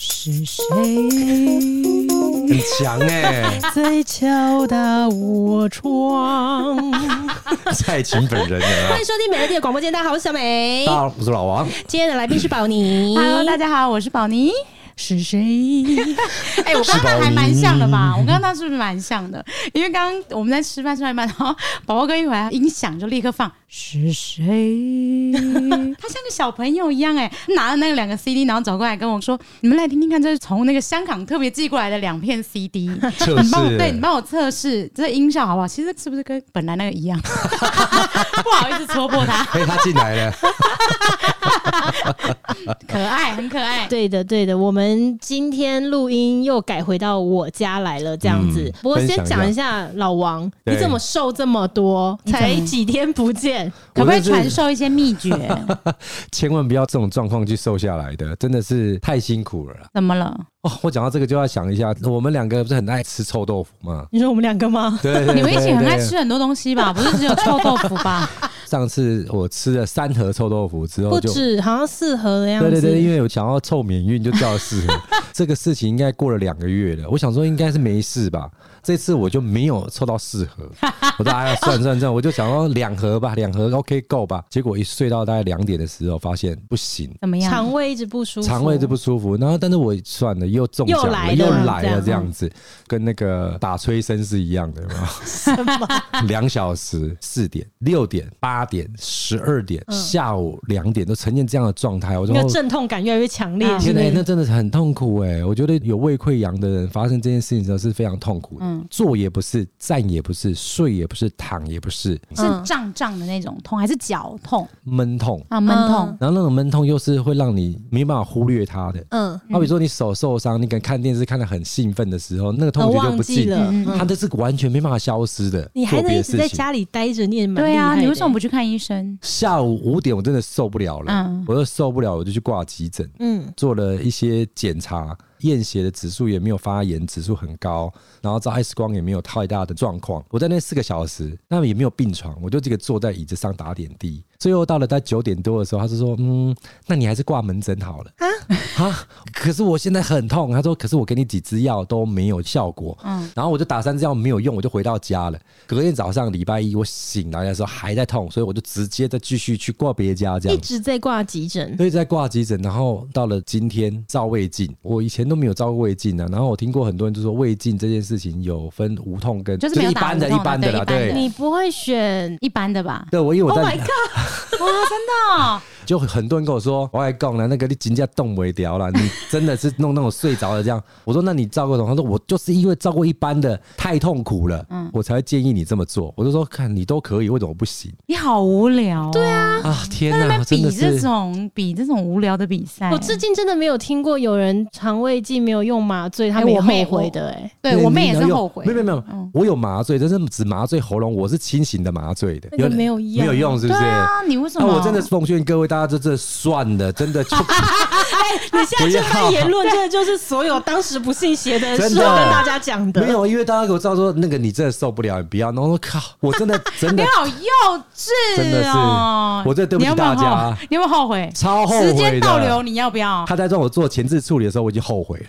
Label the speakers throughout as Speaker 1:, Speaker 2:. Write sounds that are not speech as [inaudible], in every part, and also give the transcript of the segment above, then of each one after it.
Speaker 1: 是谁
Speaker 2: 很强哎、
Speaker 3: [laughs]
Speaker 1: 在敲打我窗？
Speaker 2: 蔡琴本人
Speaker 4: 欢
Speaker 2: 啊
Speaker 4: 迎。收听美乐蒂的广播间，大家好，我是小美
Speaker 2: 大。家好，我是老王。
Speaker 4: 今天的来宾是宝妮。
Speaker 3: [laughs] Hello，大家好，我是宝妮。
Speaker 1: 是谁？
Speaker 3: [laughs] 哎、我刚
Speaker 2: 是宝
Speaker 3: 刚
Speaker 2: 妮
Speaker 3: 还蛮像的吧？我刚刚是不是蛮像的？因为刚刚我们在吃饭吃到一半，然后宝宝哥一回来，音响就立刻放，
Speaker 1: 是谁？
Speaker 3: [laughs] 他像个小朋友一样、哎，拿了那两个 CD，然后走过来跟我说：“你们来听听看，这是从那个香港特别寄过来的两片 CD。”
Speaker 2: 测
Speaker 3: 你帮我
Speaker 2: 试欸
Speaker 3: 对你帮我测试这音效好不好？其实是不是跟本来那个一样？ [laughs] 不好意思戳破他，
Speaker 2: 哎、他进来了，
Speaker 3: 可爱，很可爱。
Speaker 4: 对的，对的，我们今天录音又改回到我家来了，这样子。
Speaker 2: 嗯
Speaker 4: 不过先
Speaker 2: 分享
Speaker 4: 讲
Speaker 2: 一
Speaker 4: 一下老王，
Speaker 2: 对
Speaker 4: 你怎么瘦这么多？
Speaker 3: 怎么
Speaker 4: 才几天不见，
Speaker 3: 可不可以
Speaker 2: 我就是
Speaker 3: 传授一些秘
Speaker 2: [laughs]
Speaker 3: 诀？
Speaker 2: 千万不要这种状况去瘦下来的，真的是太辛苦了啦。
Speaker 3: 怎么了？
Speaker 2: 哦，我讲到这个就要想一下，我们两个不是很爱吃臭豆腐吗？
Speaker 4: 你说我们两个吗？
Speaker 2: 对对对
Speaker 3: 你们一起很爱
Speaker 2: 对
Speaker 3: 吃很多东西吧？不是只有臭豆腐
Speaker 2: [laughs]
Speaker 3: 吧？
Speaker 2: 上次我吃了三盒臭豆腐之后
Speaker 4: 不
Speaker 2: 就，
Speaker 4: 止，好像四盒的样
Speaker 2: 对
Speaker 4: 子。
Speaker 2: 对对，因为我想要凑免运就叫了四
Speaker 4: [laughs]
Speaker 2: 盒。这个事情应该过了两个月了，我想说应该是没事吧。这次我就没有凑到四盒，我说哎呀算算算，我就想说两盒吧，两盒 OK 够吧。结果一睡到大概两点的时候，发现不行，
Speaker 3: 怎么样？
Speaker 4: 肠胃一直不舒服，
Speaker 2: 肠胃就不舒服，然后但是我算了，又中奖
Speaker 4: 又来
Speaker 2: 了，
Speaker 4: 了
Speaker 2: 又来了，这
Speaker 4: 这样
Speaker 2: 样子，跟那个打催生是一样的，有没有？ [laughs] 两小时，四点、六点、八点、十二点，
Speaker 4: 嗯
Speaker 2: 下午两点都呈现这样的状态，我
Speaker 4: 那个
Speaker 2: 说。
Speaker 4: 阵痛感越来越强烈
Speaker 3: 啊。
Speaker 4: 是
Speaker 2: 天
Speaker 4: 不
Speaker 2: 哪、
Speaker 4: 是
Speaker 2: 那真的是很痛苦哎、我觉得有胃溃疡的人发生这件事情的时候是非常痛苦的，
Speaker 3: 嗯
Speaker 2: 坐也不是，站也不是，睡也不是，躺也不是，
Speaker 3: 是胀胀的那种痛，还是脚痛
Speaker 2: 闷痛。
Speaker 3: 啊？闷痛？
Speaker 2: 然后那种闷痛又是会让你没办法忽略它的，
Speaker 4: 嗯，
Speaker 2: 好比说你手受伤，你可能看电视看得很兴奋的时候，那个
Speaker 4: 我
Speaker 2: 痛觉就
Speaker 4: 忘
Speaker 2: 不
Speaker 4: 记
Speaker 2: 见
Speaker 4: 了。
Speaker 3: 嗯
Speaker 4: 嗯
Speaker 2: 它这是完全没办法消失的。
Speaker 4: 你还
Speaker 2: 做
Speaker 4: 能
Speaker 2: 别
Speaker 4: 一
Speaker 2: 的
Speaker 4: 直
Speaker 2: 事
Speaker 4: 在
Speaker 2: 情。
Speaker 4: 家里待着，你也蛮
Speaker 3: 对啊，
Speaker 4: 厉害的欸
Speaker 3: 你为
Speaker 2: 欸
Speaker 3: 什么不去看医生？
Speaker 2: 下午五点我真的受不了了，
Speaker 3: 嗯
Speaker 2: 我就受不了，我就去挂急诊，
Speaker 4: 嗯，
Speaker 2: 做了一些检查，验血的指数也没有发炎，指数很高，然后照 X 光也没有太大的状况。我在那四个小时，那也没有病床，我就这个坐在椅子上打点滴。最后到了在九点多的时候，他是说，嗯，那你还是挂门诊好了啊啊！可是我现在很痛，他说，可是我给你几支药都没有效果，
Speaker 3: 嗯，
Speaker 2: 然后我就打三支药没有用，我就回到家了。隔天早上礼拜一我醒来的时候还在痛，所以我就直接再继续去挂别家这
Speaker 4: 一
Speaker 2: 样。
Speaker 4: 直在挂急诊。
Speaker 2: 所以在挂急诊，然后到了今天照胃镜，我以前都没有照过胃镜啊。然后我听过很多人就说胃镜这件事情有分无痛跟
Speaker 3: 就是没有
Speaker 2: 一
Speaker 3: 打
Speaker 2: 般的、
Speaker 3: 无痛的
Speaker 2: 一般的啦，
Speaker 3: 对一般的
Speaker 2: 对。
Speaker 4: 你不会选
Speaker 3: 一般的
Speaker 2: [laughs]
Speaker 3: 吧。
Speaker 2: 对，我因为我
Speaker 4: Oh
Speaker 2: 在
Speaker 4: my god！
Speaker 3: 哇，真的哦，
Speaker 2: 就很多人跟我说，我还讲了那个你金价动不了了，你真的是弄那种睡着了这样。我说那你照过什么？他说我就是因为照过一般的太痛苦了，
Speaker 3: 嗯
Speaker 2: 我才会建议你这么做。我就说看你都可以，为什么不行
Speaker 3: 你好无聊。对啊，
Speaker 2: 啊？天
Speaker 3: 在那边
Speaker 2: 哪，真
Speaker 3: 比
Speaker 2: 的
Speaker 3: 这
Speaker 2: 是
Speaker 3: 种比这种无聊的比赛。
Speaker 4: 我至今真的没有听过有人肠胃镜没有用麻醉，他没
Speaker 3: 我妹
Speaker 4: 后悔的、哎、
Speaker 3: 对
Speaker 2: 你
Speaker 3: 我妹
Speaker 2: 你
Speaker 3: 也是
Speaker 2: 能有
Speaker 3: 后悔嗯
Speaker 2: 没。有没有没有，我有麻醉，但是只麻醉喉咙，我是清醒的麻醉的，
Speaker 4: 那个没有用
Speaker 2: 没有用，是不
Speaker 3: 对
Speaker 2: 是？
Speaker 3: 啊，你为什
Speaker 2: 那
Speaker 3: 么？
Speaker 2: 我真的奉劝各位，大家就这算了，
Speaker 3: [laughs]
Speaker 2: 真的就
Speaker 4: 你现在这番言论，真的就是所有当时不信邪的人
Speaker 2: 真
Speaker 4: 是
Speaker 2: 的
Speaker 4: 要跟大家讲的。
Speaker 2: 没有，因为大家给我照说那个你真的受不了，你不要。然后我说靠，我真的真
Speaker 3: 你
Speaker 2: 的
Speaker 3: 好幼
Speaker 2: 真的
Speaker 3: 稚
Speaker 2: 是
Speaker 3: 哦！
Speaker 2: 我真的对不
Speaker 3: 你
Speaker 2: 起
Speaker 3: 有没有
Speaker 2: 大家
Speaker 3: 后你有没有后悔？
Speaker 2: 超后
Speaker 3: 时间
Speaker 2: 悔
Speaker 3: 倒
Speaker 2: 的
Speaker 3: 流，。你要不要？
Speaker 2: 他在让我做前置处理的时候，我已经后悔了，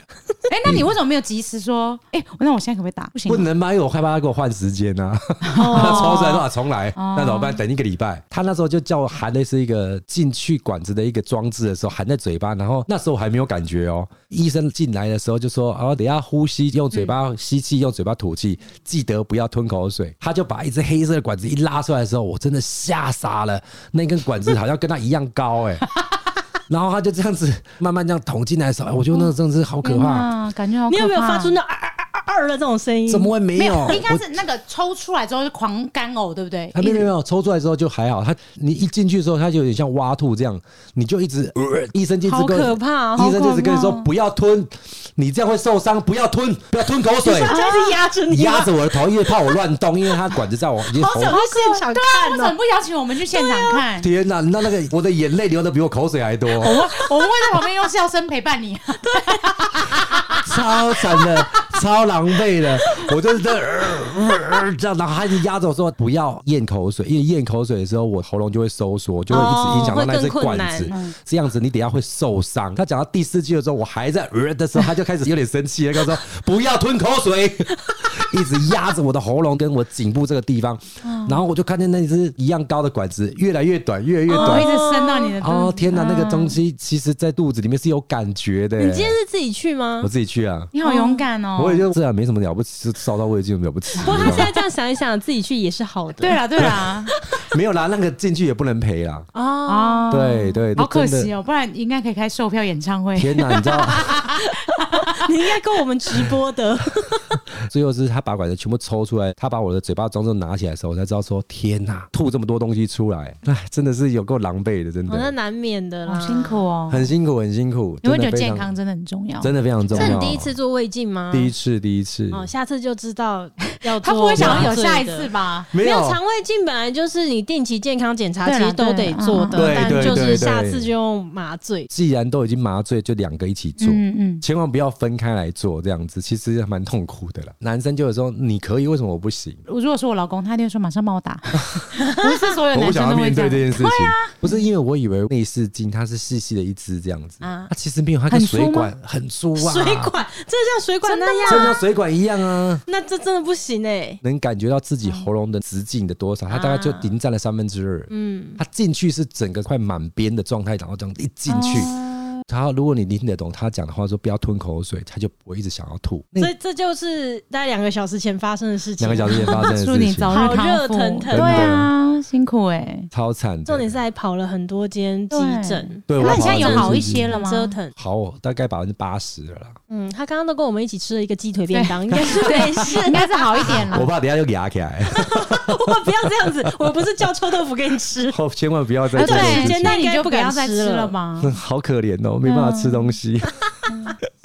Speaker 3: 哎，那你为什么没有及时说？哎，那我现在可不可以打？不行
Speaker 2: 不，能吧？因为我害怕他给我换时间啊，
Speaker 3: 哦
Speaker 2: [laughs] 他抽出来说啊重来，那怎么办？等一个礼拜。他那时候就叫我含的是一个进去管子的一个装置的时候，含在嘴巴，然后那时候我还没有感觉哦。医生进来的时候就说，哦，等一下呼吸用嘴巴吸气，用嘴巴吐气，记得不要吞口水。他就把一只黑色的管子一拉出来的时候，我真的吓傻了，那根管子好像跟他一样高
Speaker 3: [laughs]
Speaker 2: 哎、然后他就这样子慢慢这样捅进来的时候，哎我觉得那个真的是好可
Speaker 3: 天
Speaker 2: 怕。
Speaker 3: 哪，感觉好可怕。
Speaker 4: 你有没有发出那啊啊啊啊啊的这种声音？
Speaker 2: 怎么会没
Speaker 3: 没
Speaker 2: 有？
Speaker 3: 有，应该
Speaker 2: 哎我
Speaker 3: 是那个抽出来之后就狂干呕，对不对？
Speaker 2: 啊，没有没有没有，抽出来之后就还好。他你一进去的时候，他就有点像挖兔这样，你就一直，呃医生就一直
Speaker 4: 好
Speaker 2: 跟
Speaker 4: 可怕、哦！
Speaker 2: 医生就一直跟你说
Speaker 3: 好可怕哦
Speaker 2: 不要吞，你这样会受伤，不要吞，不要吞口
Speaker 4: [laughs]
Speaker 2: 水，
Speaker 4: 这样子压着你吗，
Speaker 2: 压着我的头，因为怕我乱动，因为他管子在我已经
Speaker 4: 好
Speaker 2: 喉
Speaker 4: 想去现场
Speaker 3: 对啊，为
Speaker 4: 看
Speaker 3: 什么
Speaker 4: 哦、
Speaker 3: 不邀请我们去现场看？
Speaker 2: 天哪，那那个我的眼泪流的比我口水还多，
Speaker 3: 我们我们会在旁边用笑声陪伴你。
Speaker 2: 超惨的，超狼狈的。我就是在、呃呃呃这样，然后他一直压着我说不要咽口水，因为咽口水的时候我喉咙就会收缩，就会一直影响到
Speaker 4: 哦会
Speaker 2: 那只
Speaker 4: 更困
Speaker 2: 管
Speaker 4: 难
Speaker 2: 子。这样子你等一下会受伤。他讲到第四句的时候，我还在呃的时候，他就开始有点生气了，跟我说不要吞口水，一直压着我的喉咙跟我颈部这个地方。然后我就看见那只一样高的管子越来越短，越来越
Speaker 3: 我
Speaker 2: 短
Speaker 3: 一。直伸到你的肚子
Speaker 2: 哦天哪，那个东西其实，在肚子里面是有感觉的。
Speaker 4: 你今天是自己去吗
Speaker 2: 我？自己去啊，
Speaker 3: 你好勇敢哦！
Speaker 2: 我也就这样，没什么了不起，就烧到胃镜了不起。
Speaker 3: [laughs]
Speaker 4: 不过他现在这样想一想，自己去也是好的
Speaker 3: 对啦对
Speaker 2: [laughs]
Speaker 3: 啦，
Speaker 2: 没有啦，那个进去也不能赔啦。
Speaker 4: 哦。
Speaker 3: 哦，
Speaker 2: 对对，
Speaker 3: 好可
Speaker 2: 真的
Speaker 3: 惜哦，不然应该可以开售票演唱会。
Speaker 2: 天哪，你知道， [laughs]
Speaker 4: 你应该跟我们直播 [laughs] 的，
Speaker 2: 最后是他把管子全部抽出来，他把我的嘴巴装着拿起来的时候，我才知道说，天哪，吐这么多东西出来，哎，真的是有够狼狈的，真
Speaker 4: 哦，那
Speaker 2: 的，
Speaker 4: 难免的啦，
Speaker 3: 好辛苦。哦！
Speaker 2: 很辛苦，很辛苦。
Speaker 3: 你会
Speaker 2: 真
Speaker 3: 觉得
Speaker 2: 的非
Speaker 3: 健
Speaker 2: 常
Speaker 3: 康真的很重要。
Speaker 2: 真的非常重
Speaker 4: 这
Speaker 2: 要。
Speaker 4: 是你第一次，做胃镜吗？
Speaker 2: 第一次，第一次，
Speaker 4: 哦，下次就知道 [laughs] 要
Speaker 3: 他
Speaker 4: 做
Speaker 3: 不会想要有
Speaker 4: 麻醉
Speaker 3: 下一
Speaker 4: 的
Speaker 3: 次吧？
Speaker 2: 没
Speaker 4: 没有
Speaker 2: 有
Speaker 4: 肠胃镜本来就是你定期健康检查，
Speaker 3: 对啦
Speaker 4: 其实都得做的
Speaker 2: 对，啦
Speaker 4: 但
Speaker 2: 对
Speaker 4: 就
Speaker 2: 对对
Speaker 4: 是下次就用麻醉。
Speaker 2: 既然都已经麻醉，就两个一起做。
Speaker 3: 嗯嗯，
Speaker 2: 千万不要分开来做，这样子其实蛮痛苦的啦。男生就有时候你可以，为什么我不行？
Speaker 3: 我如果说我老公，他一定会说马上帮我
Speaker 2: [laughs]
Speaker 3: 打。不是所有
Speaker 2: 我
Speaker 3: 男
Speaker 2: 不
Speaker 3: 生
Speaker 2: 想要
Speaker 3: 都会啊
Speaker 2: 面
Speaker 3: 这
Speaker 2: 对这
Speaker 3: 样，哦
Speaker 2: 件事情。不是因为我以为内视镜它是细细的一支这样子，它、
Speaker 4: 啊
Speaker 2: 其实没有，它跟
Speaker 3: 很粗
Speaker 2: 水
Speaker 3: 吗
Speaker 2: 管很粗啊，
Speaker 4: 水管，这像水管那
Speaker 2: 就
Speaker 4: 样，
Speaker 2: 像水管一样啊。
Speaker 4: 那这真的不行哎、
Speaker 2: 能感觉到自己喉咙的直径的多
Speaker 3: 嗯
Speaker 2: 少，它大概就已经占了三分之二。
Speaker 4: 嗯，
Speaker 2: 它进去是整个快满边的状态，然后这样一进去，
Speaker 3: 哦
Speaker 2: 它如果你听得懂他讲的话，说不要吞口水，它就不会一直想要吐。那
Speaker 4: 所以这就是大概两个小时前发生的事
Speaker 2: 嗯
Speaker 4: 情。
Speaker 2: 两个小时前发生的
Speaker 3: 祝
Speaker 2: 事
Speaker 3: 你
Speaker 2: 情，
Speaker 3: 早
Speaker 4: 好
Speaker 3: 日康
Speaker 4: 热
Speaker 3: 复
Speaker 4: 腾腾
Speaker 3: 对啊，辛苦哎。
Speaker 4: [laughs]
Speaker 2: 超惨的。
Speaker 4: 重点是还跑了很多间急诊，
Speaker 2: 对，
Speaker 3: 那
Speaker 2: 我
Speaker 3: 你现在有
Speaker 2: 跑到
Speaker 3: 好一
Speaker 2: 这里
Speaker 3: 些了吗？
Speaker 4: 折腾。
Speaker 2: 好，大概百分之八十了啦。
Speaker 4: 嗯，他刚刚都跟我们一起吃了一个鸡腿便当，应该是没事。
Speaker 3: [laughs] 应该是好一点了
Speaker 2: 我。怕等一下就牙起来，
Speaker 4: 我不要这样子，我不是叫臭豆腐给你吃。
Speaker 2: 哦千万不要再
Speaker 3: 啊
Speaker 2: 做
Speaker 3: 对
Speaker 2: 这种事
Speaker 4: 简
Speaker 2: 情。
Speaker 4: 单
Speaker 3: 那你就不要再吃了
Speaker 2: [laughs]
Speaker 3: 吧，
Speaker 2: 好可怜哦，没办法吃东西。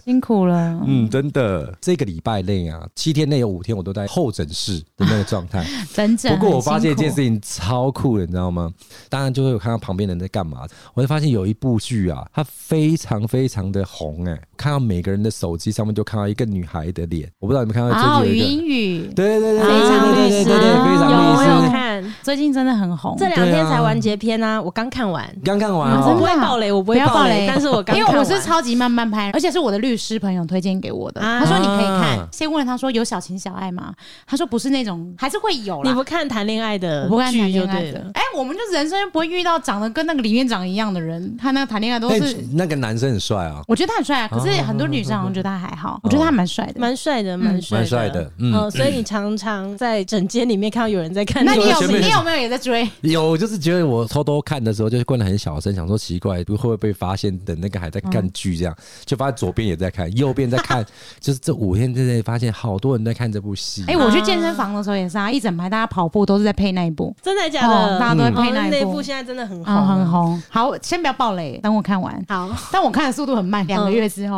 Speaker 3: 辛苦了。
Speaker 2: 嗯，真的，这个礼拜内啊，七天内有五天我都在候诊室的那个状态。
Speaker 3: 整整。
Speaker 2: 不过我发现一件事
Speaker 3: 情，
Speaker 2: 情超酷的，你知道吗？当然就会有看到旁边人在干嘛，我就发现有一部剧啊，它非常非常的红哎、看到每个人的手机上面就看到一个女孩的脸，我不知道你们看到
Speaker 3: 哦，
Speaker 2: 呃最
Speaker 3: 语
Speaker 2: 近有一个。
Speaker 3: 音语，
Speaker 2: 对对对
Speaker 3: 非
Speaker 2: 对
Speaker 3: 常
Speaker 2: 对对
Speaker 3: 律
Speaker 2: 对
Speaker 3: 师
Speaker 2: [laughs] 对对，非
Speaker 4: 有
Speaker 2: 常律
Speaker 4: 我有
Speaker 2: 师。
Speaker 4: 看，
Speaker 3: 最近真的很红。啊
Speaker 4: 这两
Speaker 2: 对
Speaker 4: 天
Speaker 2: 啊
Speaker 4: 才完结篇啊，我刚看完。
Speaker 2: 刚看完
Speaker 3: 真的
Speaker 2: 哦
Speaker 4: 我不，会爆雷，我不会
Speaker 3: 嗯要
Speaker 4: 爆
Speaker 3: 爆
Speaker 4: 雷，
Speaker 3: 雷，
Speaker 4: 但是
Speaker 3: [laughs]
Speaker 4: 我刚
Speaker 3: 因为
Speaker 4: 看
Speaker 3: 我
Speaker 4: 完
Speaker 3: 是超级慢慢拍，而且是我的律师朋友推荐给我的。
Speaker 4: 啊
Speaker 3: 他说你可以看
Speaker 2: 啊，
Speaker 3: 先问他说有小情小爱吗？他说不是那种，还是会有
Speaker 4: 你
Speaker 3: 啦。
Speaker 4: 不看谈恋爱的
Speaker 3: 我不看
Speaker 4: 剧
Speaker 3: 谈
Speaker 4: 就
Speaker 3: 恋爱
Speaker 4: 对
Speaker 3: 的
Speaker 4: 了，。
Speaker 3: 哎，我们就人生不会遇到长得跟那个里面长一样的人，他那个谈恋爱都
Speaker 4: 哎
Speaker 2: 但
Speaker 3: 是。
Speaker 2: 那个男生很帅啊，
Speaker 3: 我觉得他很帅，可是很多女
Speaker 4: 啊
Speaker 3: 生好像觉得他还好，我觉得他蛮帅的。
Speaker 4: 蛮帅的，蛮帅
Speaker 2: 蛮帅的嗯
Speaker 4: 哦所以你常常在整间里面看到有人在看，
Speaker 3: 那你有
Speaker 2: 前面
Speaker 3: 你有没有也在追？
Speaker 2: 有，我就是觉得我偷偷看的时候，就是关的很小声，想说奇怪，会不会被发现？等那个还在看剧，这样、就发现左边也在看，右边在看，就是这五天之内发现好多人在看这部戏。
Speaker 3: 哎，我去健身房的时候也是啊，一整排大家跑步都是在配那一部，
Speaker 4: [laughs] 真的假
Speaker 3: 哦
Speaker 4: 的？
Speaker 3: 大家都
Speaker 2: 嗯
Speaker 3: 会配
Speaker 4: 哦
Speaker 3: 那
Speaker 4: 那
Speaker 3: 一
Speaker 4: 部
Speaker 3: 部。
Speaker 4: 现在真的很红，
Speaker 3: 啊，很红。好，先不要爆雷，等我看完。
Speaker 2: [laughs]
Speaker 4: 好，
Speaker 3: 但我看的速度很慢，两个月之后。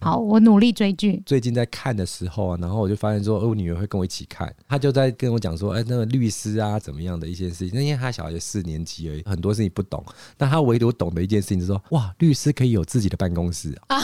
Speaker 3: 好，我努力追剧。
Speaker 2: 最近在看的时候啊，然后我就发现说，哦，我女儿会跟我一起看，她就在跟我讲说，哎、那个律师啊，怎么样的一些事情。那因为她小学四年级而已，很多事情不懂，但她唯独懂的一件事情就是说，哇，律师可以有自己的办公室啊。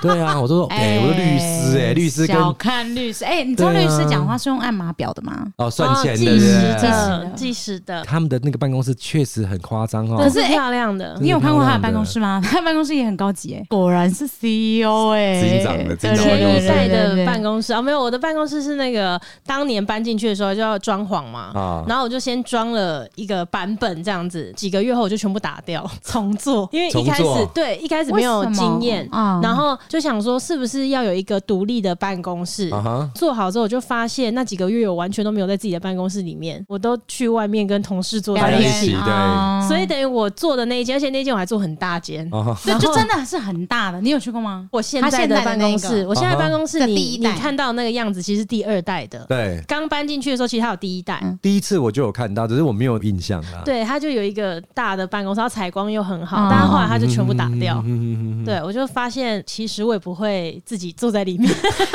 Speaker 2: 对啊，我就说，哎、我说律师、哎，律师跟
Speaker 3: 小看律师。哎，你知道
Speaker 2: 对
Speaker 3: 律
Speaker 2: 啊
Speaker 3: 师讲话是用按码表的吗？
Speaker 2: 哦算钱
Speaker 4: 哦
Speaker 2: 的，对哦
Speaker 4: 计
Speaker 2: 不
Speaker 4: 时
Speaker 2: 对
Speaker 4: 的，计时的，
Speaker 2: 他们的那个办公室确实很夸张哦
Speaker 4: 可。
Speaker 3: 是
Speaker 4: 是
Speaker 3: 哎
Speaker 4: 漂亮的
Speaker 2: 嗯。
Speaker 3: 你有看过他的办公室吗？他的办公室也很高级哎，果然是 CEO 哎，
Speaker 2: 执行长的执行长
Speaker 3: 对对
Speaker 4: 前
Speaker 2: 办公
Speaker 4: 一
Speaker 2: 室
Speaker 4: 代的办
Speaker 3: 对对对
Speaker 4: 公室啊，没有，我的办公室是那个当年搬进去的时候就要装潢嘛，
Speaker 2: 啊
Speaker 4: 然后我就先装了一个版本这样子，几个月后我就全部打掉 [laughs] 重做，因为一
Speaker 2: 重
Speaker 4: 开
Speaker 2: 做
Speaker 4: 始对一开始没有
Speaker 3: 为什么
Speaker 4: 经验，
Speaker 2: 嗯
Speaker 3: 啊
Speaker 4: 然后就想说是不是要有一个独立的办公室。
Speaker 2: 啊哈，
Speaker 4: 做好之后，我就发现那几个月我完全都没有在自己的办公室里面，我都去外面跟同事坐在
Speaker 2: 表
Speaker 4: 一
Speaker 2: 演
Speaker 4: 起，
Speaker 2: 对
Speaker 3: 啊
Speaker 4: 所以等于我做的那一间，而且那一间我还做很大间。
Speaker 2: 啊哈，
Speaker 3: 对，就真的是很大的。你有去过吗？
Speaker 4: 我现
Speaker 3: 他
Speaker 4: 在
Speaker 3: 现
Speaker 4: 的
Speaker 3: 在的
Speaker 4: 办
Speaker 3: 那
Speaker 4: 公
Speaker 3: 个
Speaker 4: 室，我现在
Speaker 2: 啊哈
Speaker 4: 办公室
Speaker 3: 的
Speaker 4: 你
Speaker 3: 第一
Speaker 4: 你
Speaker 3: 代
Speaker 4: 看到那个样子，其实是第二代的。
Speaker 2: 对。
Speaker 4: 刚搬进去的时候，其实它有第一代，
Speaker 3: 嗯
Speaker 2: 第一次我就有看到，只是我没有印象啦。
Speaker 4: 对，它就有一个大的办公室，它采光又很好，
Speaker 3: 嗯
Speaker 4: 但是后来它就全部打掉。
Speaker 2: 嗯，嗯嗯嗯嗯
Speaker 4: 对，我就发现，其实我也不会自己坐在里面。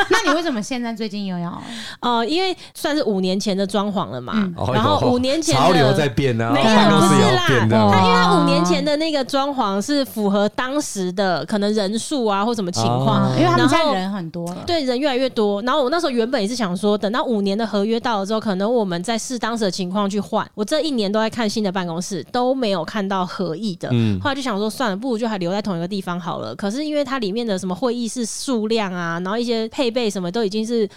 Speaker 3: 那你为什么现在最近又要？
Speaker 4: 呃，因为算是五年前的装潢了嘛，
Speaker 3: 嗯
Speaker 2: 哦
Speaker 4: 然后五年前的
Speaker 2: 潮流在变啊，
Speaker 4: 没有
Speaker 2: 办公室也要变
Speaker 4: 他
Speaker 2: 的。哦
Speaker 4: 因为他五年前的那个装潢是符合当时的可能人数啊或什么情况。
Speaker 2: 哦
Speaker 3: 因为他们
Speaker 4: 然后
Speaker 3: 家人很多了，
Speaker 4: 对人越来越多，然后我那时候原本也是想说，等到五年的合约到了之后，可能我们再视当时的情况去换。我这一年都在看新的办公室，都没有看到合意的。
Speaker 2: 嗯
Speaker 4: 后来就想说，算了，不如就还留在同一个地方好了。可是因为它里面的什么会议室数量啊，然后一些配备什么都已经是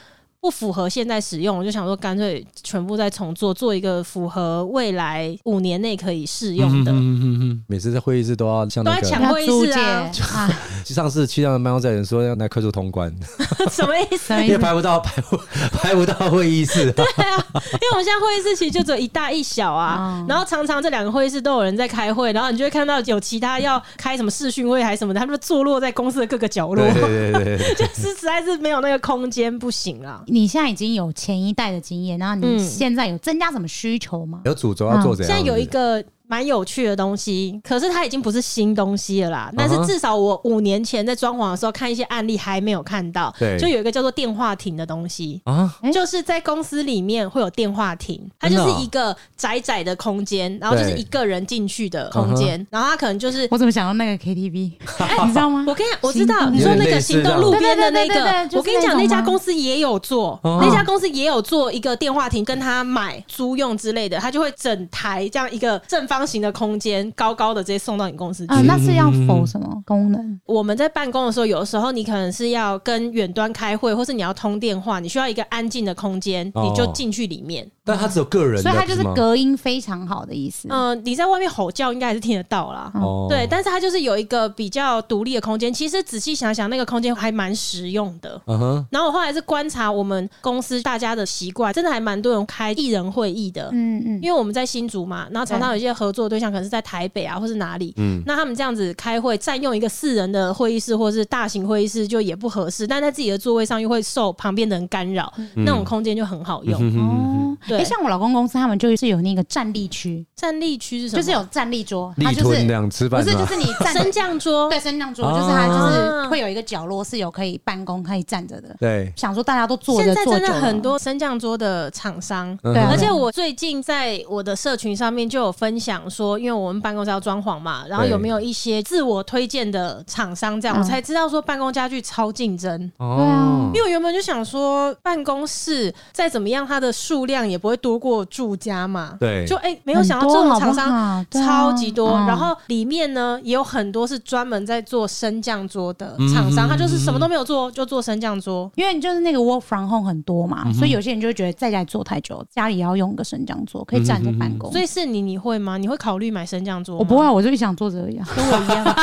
Speaker 4: 不符合现在使用，我就想说干脆全部再重做，做一个符合未来五年内可以适用的。
Speaker 2: 嗯嗯嗯，每次在会议室都要像
Speaker 4: 都
Speaker 2: 那
Speaker 4: 在
Speaker 2: 个，
Speaker 4: 抢
Speaker 3: 要
Speaker 4: 会议
Speaker 3: 租
Speaker 4: 室
Speaker 3: 借
Speaker 4: 啊，
Speaker 3: 啊，
Speaker 2: 上次去他们办公室的人说要拿快速通关，
Speaker 4: [laughs] 什么意思？
Speaker 3: 所
Speaker 2: 因
Speaker 3: 以
Speaker 2: 为排不到排不排不到会议
Speaker 4: [laughs]
Speaker 2: 室，啊
Speaker 4: 啊因为我们现在会议室其实就只有一大一小啊
Speaker 2: 嗯
Speaker 3: 哦，
Speaker 4: 然后常常这两个会议室都有人在开会，然后你就会看到有其他要开什么视讯会还是什么的，他们就坐落在公司的各个角落
Speaker 2: 对，对对对对，[laughs]
Speaker 4: [laughs] 就是实在是没有那个空间，不行啊啦。
Speaker 3: 你现在已经有前一代的经验，然后
Speaker 4: 嗯
Speaker 3: 你现在有增加什么需求吗？
Speaker 2: 有主轴要做怎
Speaker 4: 哦现
Speaker 2: 样？
Speaker 4: 在有一个蛮有趣的东西，可是它已经不是新东西了啦。但是
Speaker 2: 嗯哼
Speaker 4: 至少我五年前在装潢的时候看一些案例还没有看到，
Speaker 2: 对
Speaker 4: 就有一个叫做电话亭的东西。
Speaker 2: 啊，
Speaker 3: 诶
Speaker 4: 就是在公司里面会有电话亭，它就
Speaker 2: 真的
Speaker 4: 是
Speaker 2: 哦
Speaker 4: 一个窄窄的空间，然后就是
Speaker 2: 对嗯
Speaker 4: 一个人进去的空间，然后它可能就是
Speaker 3: 我怎么想到那个 KTV？你知
Speaker 4: [laughs]
Speaker 3: 哎道吗？
Speaker 4: 我跟你讲，我知道
Speaker 3: 行
Speaker 4: 你说那
Speaker 2: 有点
Speaker 4: 个
Speaker 2: 类似
Speaker 4: 行动路边
Speaker 3: 这
Speaker 4: 的那
Speaker 3: 样对对对对
Speaker 4: 个
Speaker 3: 对，就是
Speaker 4: 我跟你讲，
Speaker 3: 那种吗
Speaker 4: 那家公司也有做，
Speaker 2: 哦
Speaker 4: 那家公司也有做一个电话亭，跟他买租用之类的，他就会整台这样一个正方形的空间，高高的直接送到你公司去。
Speaker 3: 啊，那是要
Speaker 2: 嗯
Speaker 3: 否什么功能？
Speaker 4: 我们在办公的时候，有的时候你可能是要跟远端开会，或是你要通电话，你需要一个安静的空间，
Speaker 2: 哦
Speaker 4: 你就进去里面。
Speaker 2: 但他只有个人的，
Speaker 3: 所以它就是
Speaker 2: 吗
Speaker 3: 隔音非常好的意思。
Speaker 4: 嗯、你在外面吼叫应该还是听得到啦。
Speaker 2: 哦
Speaker 4: 对，但是它就是有一个比较独立的空间。其实仔细想想，那个空间还蛮实用的。
Speaker 2: 嗯哼，
Speaker 4: 然后我后来是观察我们公司大家的习惯，真的还蛮多人开艺人会议的。
Speaker 3: 嗯嗯，
Speaker 4: 因为我们在新竹嘛，然后常常有一些合作对象可能是在台北啊，或是哪里，
Speaker 2: 嗯
Speaker 4: 那他们这样子开会，占用一个四人的会议室或是大型会议室就也不合适，但在自己的座位上又会受旁边的人干扰，
Speaker 3: 嗯
Speaker 4: 那种空间就很好用。
Speaker 2: 嗯哼哼哼
Speaker 3: 哦，
Speaker 4: 对
Speaker 3: 哎，像我老公公司他们就是有那个站立区，
Speaker 4: 站立区是什么？
Speaker 3: 就是有站立桌，它
Speaker 2: 立
Speaker 3: 就
Speaker 2: 吞那
Speaker 3: 是
Speaker 2: 样吃
Speaker 3: 不
Speaker 2: 饭啊
Speaker 3: 是
Speaker 2: 吗
Speaker 3: 就是你站
Speaker 4: 升降桌，
Speaker 3: 对升降桌，
Speaker 2: 啊
Speaker 3: 就是它就是会有一个角落是有可以办公可以站着的。
Speaker 2: 对，
Speaker 3: 想说大家都坐着
Speaker 4: 现在
Speaker 3: 坐
Speaker 4: 真
Speaker 3: 久
Speaker 4: 的
Speaker 3: 了
Speaker 4: 很多升降桌的厂商，
Speaker 2: 嗯
Speaker 3: 对啊
Speaker 4: 而且我最近在我的社群上面就有分享说，因为我们办公室要装潢嘛，然后有没有一些自我推荐的厂商，这样
Speaker 3: 嗯
Speaker 4: 我才知道说办公家具超竞争。
Speaker 3: 啊
Speaker 2: 哦
Speaker 4: 因为我原本就想说，办公室再怎么样，它的数量也不会多过住家嘛。
Speaker 2: 对
Speaker 4: 就哎、没有想到
Speaker 3: 很
Speaker 4: 这
Speaker 3: 多
Speaker 4: 种
Speaker 3: 好不
Speaker 4: 厂商
Speaker 3: 好对啊
Speaker 4: 超级多，
Speaker 3: 嗯
Speaker 4: 然后里面呢也有很多是专门在做升降桌的厂商，
Speaker 2: 嗯
Speaker 4: 他就是什么都没有
Speaker 3: 嗯
Speaker 4: 做，就做升降桌。
Speaker 3: 因为就是那个 work from home 很多
Speaker 2: 嗯
Speaker 3: 嘛，所以有些人就会觉得在家里坐太久，家里也要用个升降桌，可以站着办
Speaker 2: 嗯
Speaker 3: 公。
Speaker 4: 所以是你，你会吗？你会考虑买升降桌吗？
Speaker 3: 我不会，我就想坐着而已、啊。
Speaker 4: 跟我一样，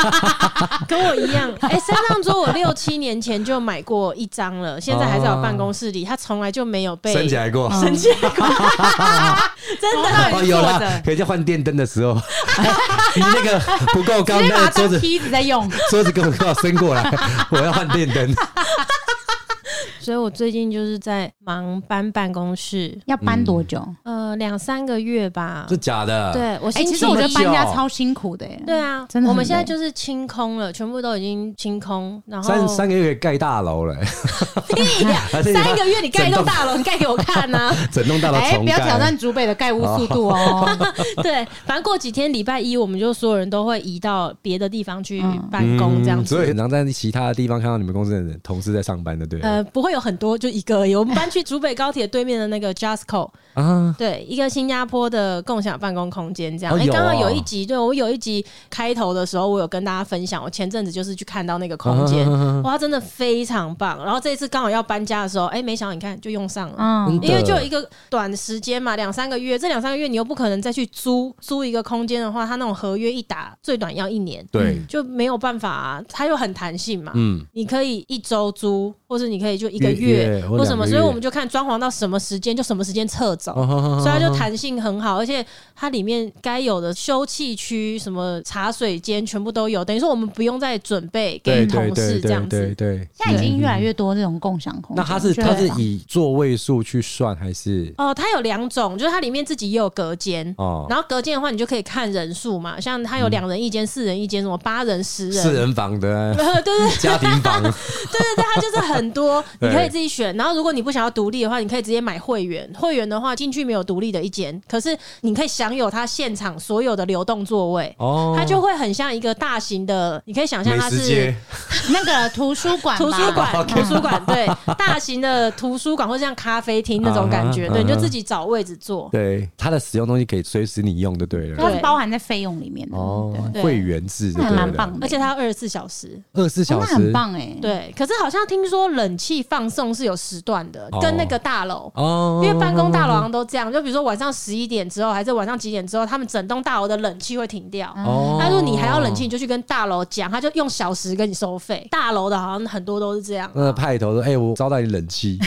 Speaker 4: [laughs] 跟我一样。哎、升降桌我六七年前就买过一张了，现在还在我办公室里，它从来就没有被
Speaker 2: 哦
Speaker 4: [laughs] 嗯
Speaker 2: 升起来过，
Speaker 4: 升起来过，真 [laughs] 的。
Speaker 2: 哦，有啦，可以在换电灯的时
Speaker 4: [laughs]
Speaker 2: 候， [laughs] 你那个不够高，
Speaker 3: 直接把它
Speaker 2: 那个桌
Speaker 3: 当
Speaker 2: 子
Speaker 3: 嗯梯子在用，
Speaker 2: 桌子够不够伸
Speaker 4: [laughs]
Speaker 2: 过来，我要换电灯。
Speaker 4: 啊所以我最近就是在忙搬办公室，
Speaker 3: 要搬多久？
Speaker 4: 呃，两三个月吧
Speaker 2: 是。假的，
Speaker 4: 对我
Speaker 3: 哎、
Speaker 4: 星
Speaker 3: 其
Speaker 4: 期
Speaker 3: 实我觉得
Speaker 2: 这么
Speaker 3: 搬
Speaker 2: 久
Speaker 3: 家超辛苦的耶。
Speaker 4: 对啊，
Speaker 3: 真的很累
Speaker 4: 我们现在就是清空了，全部都已经清空，
Speaker 3: 啊
Speaker 4: 然后
Speaker 2: 三
Speaker 4: [laughs]
Speaker 2: 三个月可以盖大楼了，
Speaker 4: 屁呀
Speaker 2: 而且你
Speaker 4: 哦三个月你盖一栋
Speaker 2: 整栋
Speaker 4: 大楼，你盖给我看啊
Speaker 2: [laughs]
Speaker 4: 呐、
Speaker 2: 整栋大楼
Speaker 3: 哎、
Speaker 2: 重
Speaker 3: 不要挑
Speaker 2: 盖。
Speaker 3: 战竹北的盖屋速度
Speaker 2: [laughs]
Speaker 3: 哦。
Speaker 4: 对，反正过几天礼拜一，我们就所有人都会移到别的地方去
Speaker 3: 嗯
Speaker 4: 办公，这样子。
Speaker 2: 所以很常在其他地方看到你们公司的人同事在上班的，对
Speaker 4: 呃，不会有很多，就一个而已。我们搬去竹北高铁对面的那个 Jasco，
Speaker 2: 啊，
Speaker 4: 对，一个新加坡的共享办公空间这样。
Speaker 2: 哦
Speaker 4: 哎、
Speaker 2: 有
Speaker 4: 刚好
Speaker 2: 哦
Speaker 4: 有一集，对我有一集开头的时候，我有跟大家分享，我前阵子就是去看到那个空
Speaker 2: 啊
Speaker 4: 间，哇，它真的非常棒。然后这一次刚好要搬家的时候，哎、没想到你看就用上了。
Speaker 3: 嗯，
Speaker 4: 因为就有
Speaker 2: 一
Speaker 4: 一个短时间嘛，两三个月，这两三个月你又不可能再去租租一个空间的话，它那种合约一打最短要一年，
Speaker 2: 对，
Speaker 4: 就没有办法、啊，它又很弹性嘛，
Speaker 2: 嗯，
Speaker 4: 你可以一周租或是你可以就一个
Speaker 2: 月
Speaker 4: 月
Speaker 2: 月或
Speaker 4: 或什么，
Speaker 2: 两个
Speaker 4: 所以
Speaker 2: 月哦
Speaker 4: 我们就看装潢到什么时间就什么时间撤走。
Speaker 2: 所
Speaker 4: 所以它就弹性很好，而且它里面该有的休憩区、什么茶水间全部都有，等于说我们不用再准备
Speaker 2: 对
Speaker 4: 给同
Speaker 2: 对对
Speaker 4: 事这
Speaker 2: 对
Speaker 4: 样子
Speaker 2: 对。对，
Speaker 5: 现在已经越来
Speaker 2: 嗯。
Speaker 5: 越多这种共享
Speaker 4: 哦
Speaker 5: 空间。
Speaker 2: 那它是
Speaker 4: 啊
Speaker 5: 对吧
Speaker 2: 它是以座位数去算还是
Speaker 4: 哦，它有两种，就是它里面自己也有隔间，
Speaker 2: 哦？嗯
Speaker 4: 然后隔间的话你就可以看人数嘛，像它有两人一间、四人一间，什么八人、十人，
Speaker 2: 四
Speaker 4: [laughs]
Speaker 2: 人房的 [laughs]
Speaker 4: 对对
Speaker 2: 家庭房，
Speaker 4: 对对对，它就是
Speaker 2: [laughs]
Speaker 4: 很多，你
Speaker 2: 对
Speaker 4: 可以自己选。然后如果你不想要独立的话，你可以直接买会员。会员的话进去没有独立的一间，可是你可以享有它现场所有的流动座位。
Speaker 2: 哦，
Speaker 4: 它就会很像一个大型的，你可以想象
Speaker 2: 美
Speaker 4: 它
Speaker 2: 食
Speaker 4: 是
Speaker 2: 街，
Speaker 3: 那个图书馆吧，
Speaker 4: 图书馆，
Speaker 2: [laughs] OK
Speaker 4: 图书馆对，大型的图书馆或者像咖啡厅那种感觉，
Speaker 2: 啊哈
Speaker 4: 对，你就
Speaker 2: 啊哈
Speaker 4: 自己找位置坐。
Speaker 2: 对它的使用东西可以随时你用就对了。
Speaker 5: 它是
Speaker 4: 对
Speaker 5: 包含在费用里面的。
Speaker 2: 哦
Speaker 5: 对，
Speaker 4: 对
Speaker 2: 会员制就
Speaker 5: 那
Speaker 2: 对
Speaker 5: 还蛮
Speaker 2: 了，
Speaker 5: 棒的，
Speaker 4: 而且它二十四小时，
Speaker 2: 二十四
Speaker 3: 哦
Speaker 2: 小
Speaker 3: 那
Speaker 2: 时
Speaker 3: 很棒哎。
Speaker 4: 对。可是好像听说冷气放送是有时段的，
Speaker 2: 哦
Speaker 4: 跟那个大楼，
Speaker 2: 哦
Speaker 4: 因为办公大楼
Speaker 2: 嗯
Speaker 4: 好啊像都这样，就比如说晚上十一点之后，还是晚上几点之后，他们整栋大楼的冷气会停掉。
Speaker 2: 哦，
Speaker 4: 他说你还要冷气，你就去跟大楼讲，他就用小时跟你收费。大楼的好像很多都是这样。
Speaker 2: 那个派头说：“哎、我招待你冷气。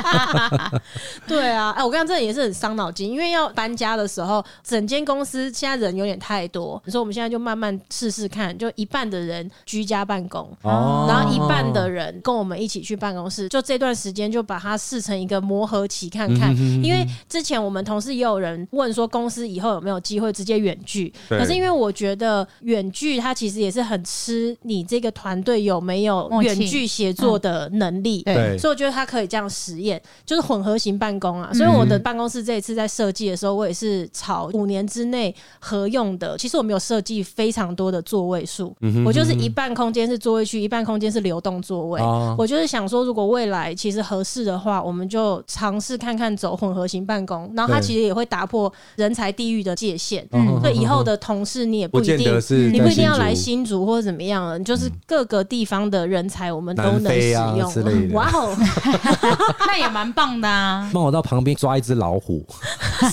Speaker 4: [laughs] 对啊，哎，我刚刚这也是很伤脑筋，因为要搬家的时候，整间公司现在人有点太多，所以我们现在就慢慢试试看，就一半的人居家办公”。
Speaker 2: 哦，
Speaker 4: 然后一半的人跟我们一起去办公室，就这段时间就把它视成一个磨合期看看
Speaker 2: 嗯哼哼哼，
Speaker 4: 因为之前我们同事也有人问说公司以后有没有机会直接远距，
Speaker 2: 对
Speaker 4: 可是因为我觉得远距它其实也是很吃你这个团队有没有
Speaker 5: 默契嗯
Speaker 4: 远距协作的能力，
Speaker 5: 对
Speaker 2: 对
Speaker 4: 所以我觉得它可以这样实验，就是混合型办公
Speaker 5: 嗯
Speaker 4: 啊。所以我的办公室这一次在设计的时候，我也是朝五年之内合用的。其实我没有设计非常多的座位数，
Speaker 2: 嗯
Speaker 4: 我就是一半空间是座位区，一半空间是流动座位。
Speaker 2: 哦
Speaker 4: 我就是想说，如果未来其实合适的话，我们就尝试看看走混合型办公，然后它
Speaker 2: 对
Speaker 4: 其实也会打破人才地域的界限。
Speaker 2: 嗯
Speaker 4: 所以以后的同事你也
Speaker 2: 不
Speaker 4: 不一
Speaker 2: 见
Speaker 4: 定
Speaker 2: 得是
Speaker 4: 你
Speaker 2: 在
Speaker 4: 不一定要
Speaker 2: 新竹
Speaker 4: 来新竹或者怎么样了，你就是各个地方的人才，我们都
Speaker 2: 南
Speaker 4: 能使
Speaker 2: 非啊
Speaker 4: 用。
Speaker 2: 之类的
Speaker 4: 哇
Speaker 2: [laughs]
Speaker 4: 哦，
Speaker 3: [laughs] 那也蛮棒的啊。
Speaker 2: 帮我到旁边抓一只老
Speaker 4: [laughs]
Speaker 2: 虎，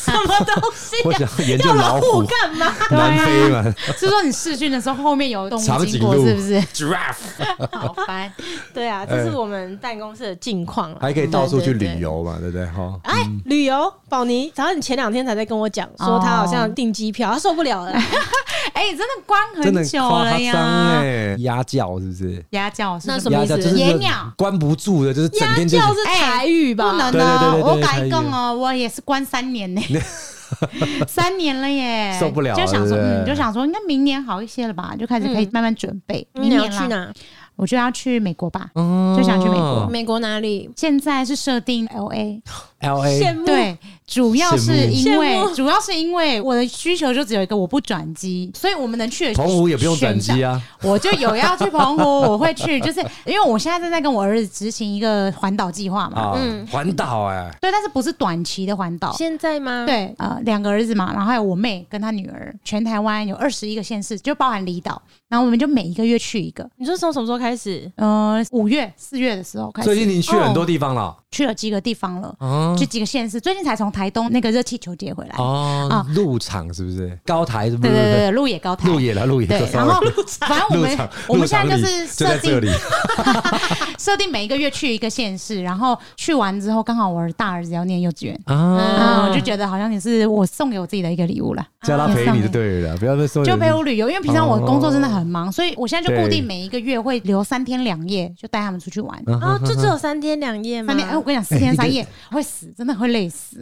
Speaker 2: 什么东西、我想研究老虎干嘛？ [laughs] 南非嘛
Speaker 3: [laughs] 是说你试训的时候后面有动
Speaker 2: 长
Speaker 3: 物
Speaker 2: 颈
Speaker 3: 经
Speaker 2: 鹿
Speaker 3: 过，是不是？ [laughs]
Speaker 2: ，giraffe
Speaker 3: 好烦。
Speaker 4: 对啊，这是我们办公室的近况啊。
Speaker 2: [laughs] 哎还可以到处去
Speaker 4: 对对对
Speaker 2: 旅游嗯嘛，对不对？哈，
Speaker 3: 啊
Speaker 4: 哎，旅游，宝妮，然后你前两天才在跟我讲，说他好像订机票，他受
Speaker 2: [laughs]
Speaker 4: 不了了。
Speaker 3: 哎，真的关
Speaker 2: 真
Speaker 3: 很
Speaker 2: 的很
Speaker 3: 久
Speaker 2: 夸
Speaker 3: 了
Speaker 2: 张
Speaker 3: 呀。
Speaker 2: 哎，鸭叫是不是？
Speaker 3: 鸭叫是
Speaker 4: 那
Speaker 3: 什
Speaker 4: 什
Speaker 3: 么？
Speaker 4: 么
Speaker 2: 鸭
Speaker 4: 意思
Speaker 2: 叫就是
Speaker 3: 野鸟
Speaker 2: 关不住的，就是整
Speaker 4: 家
Speaker 2: 天就是
Speaker 4: 教是台语吧？
Speaker 3: 不能
Speaker 2: 对对
Speaker 3: 哦
Speaker 2: 对对，对
Speaker 3: 我改
Speaker 2: 台
Speaker 3: 更
Speaker 2: 语
Speaker 3: 哦，我也是关三年呢，三年了耶，
Speaker 2: [laughs] 受不了
Speaker 3: 就想
Speaker 2: 对
Speaker 3: 说，
Speaker 2: 不对
Speaker 3: 嗯，就想说，应该明年好一些了吧，就开始可以
Speaker 4: 嗯
Speaker 3: 慢慢准备。
Speaker 4: 你
Speaker 3: 明
Speaker 4: 要
Speaker 3: 年
Speaker 4: 去
Speaker 3: 啦，
Speaker 4: 哪？
Speaker 3: 我就要去美国吧，
Speaker 2: 哦
Speaker 3: 就想去美国
Speaker 4: 美国哪里？
Speaker 3: 现在是设定 L A，
Speaker 2: L A
Speaker 4: 羡慕。
Speaker 3: 对，主要是因为
Speaker 4: 哦羡慕
Speaker 3: 主要是因为我的需求就只有一个，我不转机，所以我们能去的
Speaker 2: 澎湖也不用转
Speaker 3: 选
Speaker 2: 机啊，
Speaker 3: 项，我就有要去澎湖，我会去，就是因为我现在正在跟我儿子执行一个环岛计划嘛，
Speaker 2: 啊
Speaker 4: 嗯，
Speaker 2: 环岛哎，
Speaker 3: 对，但是不是短期的环岛，
Speaker 4: 哦现在吗？，
Speaker 3: 对，呃，两个儿子嘛，然后还有我妹跟她女儿，全台湾有二十一个县市，就包含离岛，然后我们就每一个月去一个。
Speaker 4: 你说从什么时候开
Speaker 2: [laughs]
Speaker 4: 始？
Speaker 3: 呃，五月、四月的时候开
Speaker 2: 最近
Speaker 3: 始哦
Speaker 2: 你去了很多地方了
Speaker 3: 去了几个地方了，
Speaker 2: 啊
Speaker 3: 去几个县市，最近才从台东那个热气球节回来。
Speaker 2: 哦
Speaker 3: 啊，
Speaker 2: 入场是不是？高台是不
Speaker 3: 对
Speaker 2: 是？
Speaker 3: 对对对，鹿野高台。
Speaker 2: 路野了，路野
Speaker 3: 对
Speaker 2: 了，，
Speaker 3: 然
Speaker 2: sorry
Speaker 3: 后反正我
Speaker 2: 入
Speaker 3: 们
Speaker 2: 场
Speaker 3: 我们现在就
Speaker 2: 入
Speaker 3: 是
Speaker 2: 场就
Speaker 3: 设
Speaker 2: 在这
Speaker 3: 定
Speaker 2: 里，
Speaker 3: 设定每一个月去一个县市，然后去完之后刚好我儿大儿子要念幼稚园，
Speaker 2: 啊，
Speaker 3: 啊，我就觉得好像也是我送给我自己的一个礼物了。
Speaker 2: [laughs] 叫他陪你就对了，不要再说
Speaker 3: 就
Speaker 2: 有
Speaker 3: 陪我旅游，因为平常我工作真的很忙，所以我现在就固
Speaker 2: 对
Speaker 3: 定每一个月会留三天两夜，就带他们出去
Speaker 2: 嗯
Speaker 3: 玩。
Speaker 4: 啊，就只有三天两夜吗
Speaker 3: 三？天，哎，我跟你讲，四天三夜会死，真的会累死，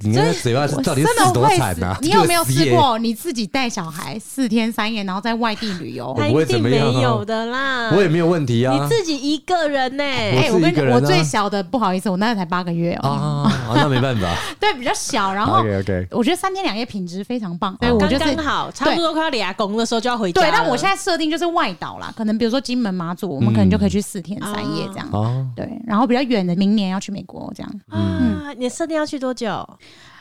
Speaker 2: 你看那嘴巴
Speaker 3: 我
Speaker 2: 到
Speaker 3: 真
Speaker 2: 底是
Speaker 3: 的
Speaker 2: 死多
Speaker 3: 会
Speaker 2: 惨
Speaker 3: 死
Speaker 2: 啊！。
Speaker 3: 你有没有试？过你自己带小孩四天三夜，然后在外地旅游？
Speaker 4: 他
Speaker 2: 我不会
Speaker 4: 一
Speaker 2: 怎
Speaker 4: 定
Speaker 2: 么
Speaker 4: 没
Speaker 2: 样啊
Speaker 4: 有的啦。
Speaker 2: 我也没有问题
Speaker 4: 你
Speaker 2: 啊。
Speaker 4: 自己一个人呢？
Speaker 2: 我
Speaker 3: 哎、
Speaker 2: 是
Speaker 3: 我跟你
Speaker 2: 一个
Speaker 3: 讲，
Speaker 2: 人啊
Speaker 3: 我最小的不好意思，我那个才八个月哦，
Speaker 2: 啊，那没办法。
Speaker 3: 对，比较小。 [laughs] 然后
Speaker 2: OK OK，
Speaker 3: 我觉得三天两夜品质非常棒，所以
Speaker 2: 哦
Speaker 3: 我就
Speaker 4: 刚
Speaker 3: 是
Speaker 4: 刚好，差不多快要俩拱的时候就要回家
Speaker 3: 对
Speaker 4: 了。。
Speaker 3: 但我现在设定就是外岛啦，可能比如说金门、马祖，我们可能就可以去四天三夜这样。
Speaker 2: 哦，
Speaker 3: 对，然后比较远的，明年要去美国这样。
Speaker 2: 嗯
Speaker 4: 啊，你的设定要去多久？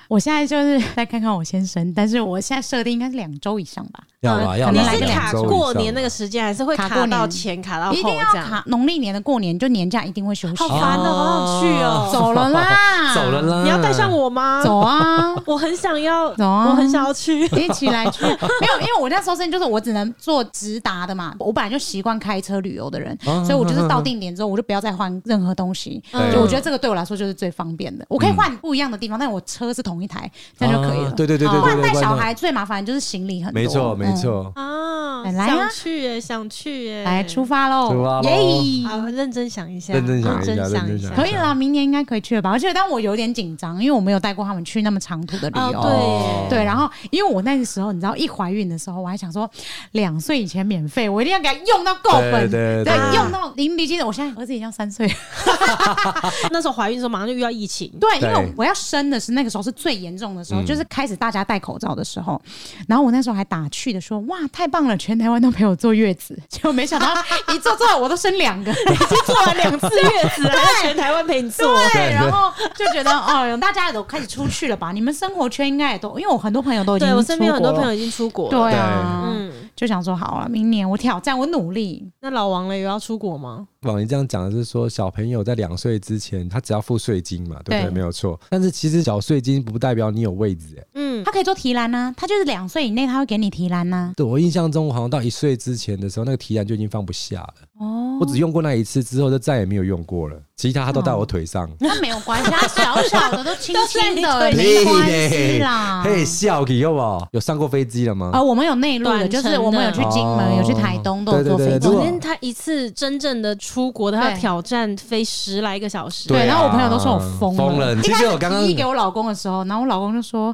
Speaker 3: 我现在就是 [laughs] 再看看我先生，但是我现在设定应该是两周以上吧，
Speaker 2: 要啦要
Speaker 3: 可
Speaker 4: 你
Speaker 3: 能
Speaker 2: 啦，
Speaker 4: 是
Speaker 3: 来个
Speaker 4: 卡
Speaker 2: 两周以上
Speaker 4: 过年那个时间，还是会
Speaker 3: 卡
Speaker 4: 卡
Speaker 3: 过
Speaker 4: 到
Speaker 3: 年
Speaker 4: 前、卡到
Speaker 3: 一定
Speaker 4: 后
Speaker 3: 要
Speaker 4: 这样？
Speaker 3: 卡农历年的过年，就年假一定会休息
Speaker 4: 好
Speaker 3: 啊。
Speaker 4: 烦哦，好想去
Speaker 3: [laughs]
Speaker 4: 哦！
Speaker 3: 走了啦，
Speaker 2: 走了，啦，
Speaker 4: 你要带上我吗？
Speaker 3: 走啊，
Speaker 4: 我很想要，
Speaker 3: 走啊
Speaker 4: 我很想要去。
Speaker 3: 一起来去。没有，因为我那时候真的就是我只能做直达的嘛，我本来就习惯开车旅游的人，
Speaker 2: 啊
Speaker 3: 所以我就是到定点之后，我就不要再换任何东西。
Speaker 2: 对
Speaker 3: 就我觉得这个对我来说就是最方便的，我可以换不一样的地方，但我车是同一台，这样就可以
Speaker 2: 嗯啊
Speaker 3: 了。
Speaker 2: 对对对对
Speaker 3: 不然
Speaker 2: 对对，
Speaker 3: 带小
Speaker 2: 关
Speaker 3: 孩最麻烦就是行李很多。
Speaker 2: 没错没
Speaker 3: 嗯。
Speaker 2: 错，
Speaker 4: 啊，
Speaker 3: 来啊
Speaker 4: 想去耶，想去耶！
Speaker 3: 来出发喽！
Speaker 2: 出发喽
Speaker 3: 耶！
Speaker 4: 好，认真想一下，
Speaker 2: 认真想
Speaker 4: 想
Speaker 2: 一下认真
Speaker 4: 想一下
Speaker 2: 想一下
Speaker 3: 可以啦，明年应该可以去了吧？而且，但我有点紧张，因为我没有带过他们去那么长途的旅游。
Speaker 4: 哦，对耶，
Speaker 3: 对，然后因为我那个时候，你知道，一怀孕的时候，我还想说，两岁以前免费，我一定要给他用到够本，
Speaker 2: 对对对
Speaker 3: 用到淋漓尽致。我现在儿子已经要三岁了，
Speaker 4: 那时候怀孕的时候马上就遇到疫情，
Speaker 3: 对，因嗯
Speaker 2: 对
Speaker 3: 为我要生的是那个时候是最严重的时候，就是开始大家戴口罩的时候。然后我那时候还打趣的说：“哇，太棒了，全台湾都陪我坐月子。”结果没想到一坐坐我都生两 [laughs] 个，已经坐了两次月子了。
Speaker 4: 还在全台湾陪你坐，
Speaker 3: [laughs] 对，然后就觉得哦，大家也都开始出去了吧？你们生活圈应该也都，因为我很多朋友都已经
Speaker 4: 对我身边有很多
Speaker 3: 出国
Speaker 4: 朋
Speaker 3: 了
Speaker 4: 友已经出国了。
Speaker 3: 对啊，
Speaker 4: 嗯，
Speaker 3: 就想说好了，明年我挑战，我努力。
Speaker 4: 那老王嘞有要出国吗？
Speaker 2: 网姨这样讲的是说，小朋友在两岁之前，他只要付税金嘛，对不对？
Speaker 3: 对
Speaker 2: 没有错。但是其实缴税金不代表你有位置、欸，
Speaker 4: 嗯，
Speaker 3: 他可以做提篮啊呐、他就是两岁以内，他会给你提篮啊呐、
Speaker 2: 对我印象中，我好像到一岁之前的时候，那个提篮就已经放不下了。
Speaker 3: 哦
Speaker 2: 我，只用过那一次之后，就再也没有用过了。其他他都在我腿上。
Speaker 4: 哦
Speaker 3: 那没有关系，他小小的都轻
Speaker 2: [laughs]
Speaker 3: 轻的，
Speaker 4: 都是
Speaker 2: 你
Speaker 3: 没
Speaker 2: 腿
Speaker 3: 关系啦。
Speaker 2: [laughs] 嘿，笑给好不好？有上过飞机了吗？
Speaker 4: 哦
Speaker 3: 啊，我们有内陆的，
Speaker 4: 短程
Speaker 3: 就
Speaker 4: 的
Speaker 3: 是我们有去金门，
Speaker 2: 哦
Speaker 3: 有去台东，都有坐
Speaker 2: 对
Speaker 3: 飞
Speaker 2: 对
Speaker 3: 机
Speaker 2: 对。
Speaker 4: 昨天他一次真正的出国，他要
Speaker 3: 对
Speaker 4: 挑战飞十来个小时，
Speaker 3: 对，然后我朋友都说我
Speaker 2: 疯
Speaker 3: 疯
Speaker 2: 啊疯了。其实我刚刚
Speaker 3: 提议给我老公的时候，然后我老公就说：“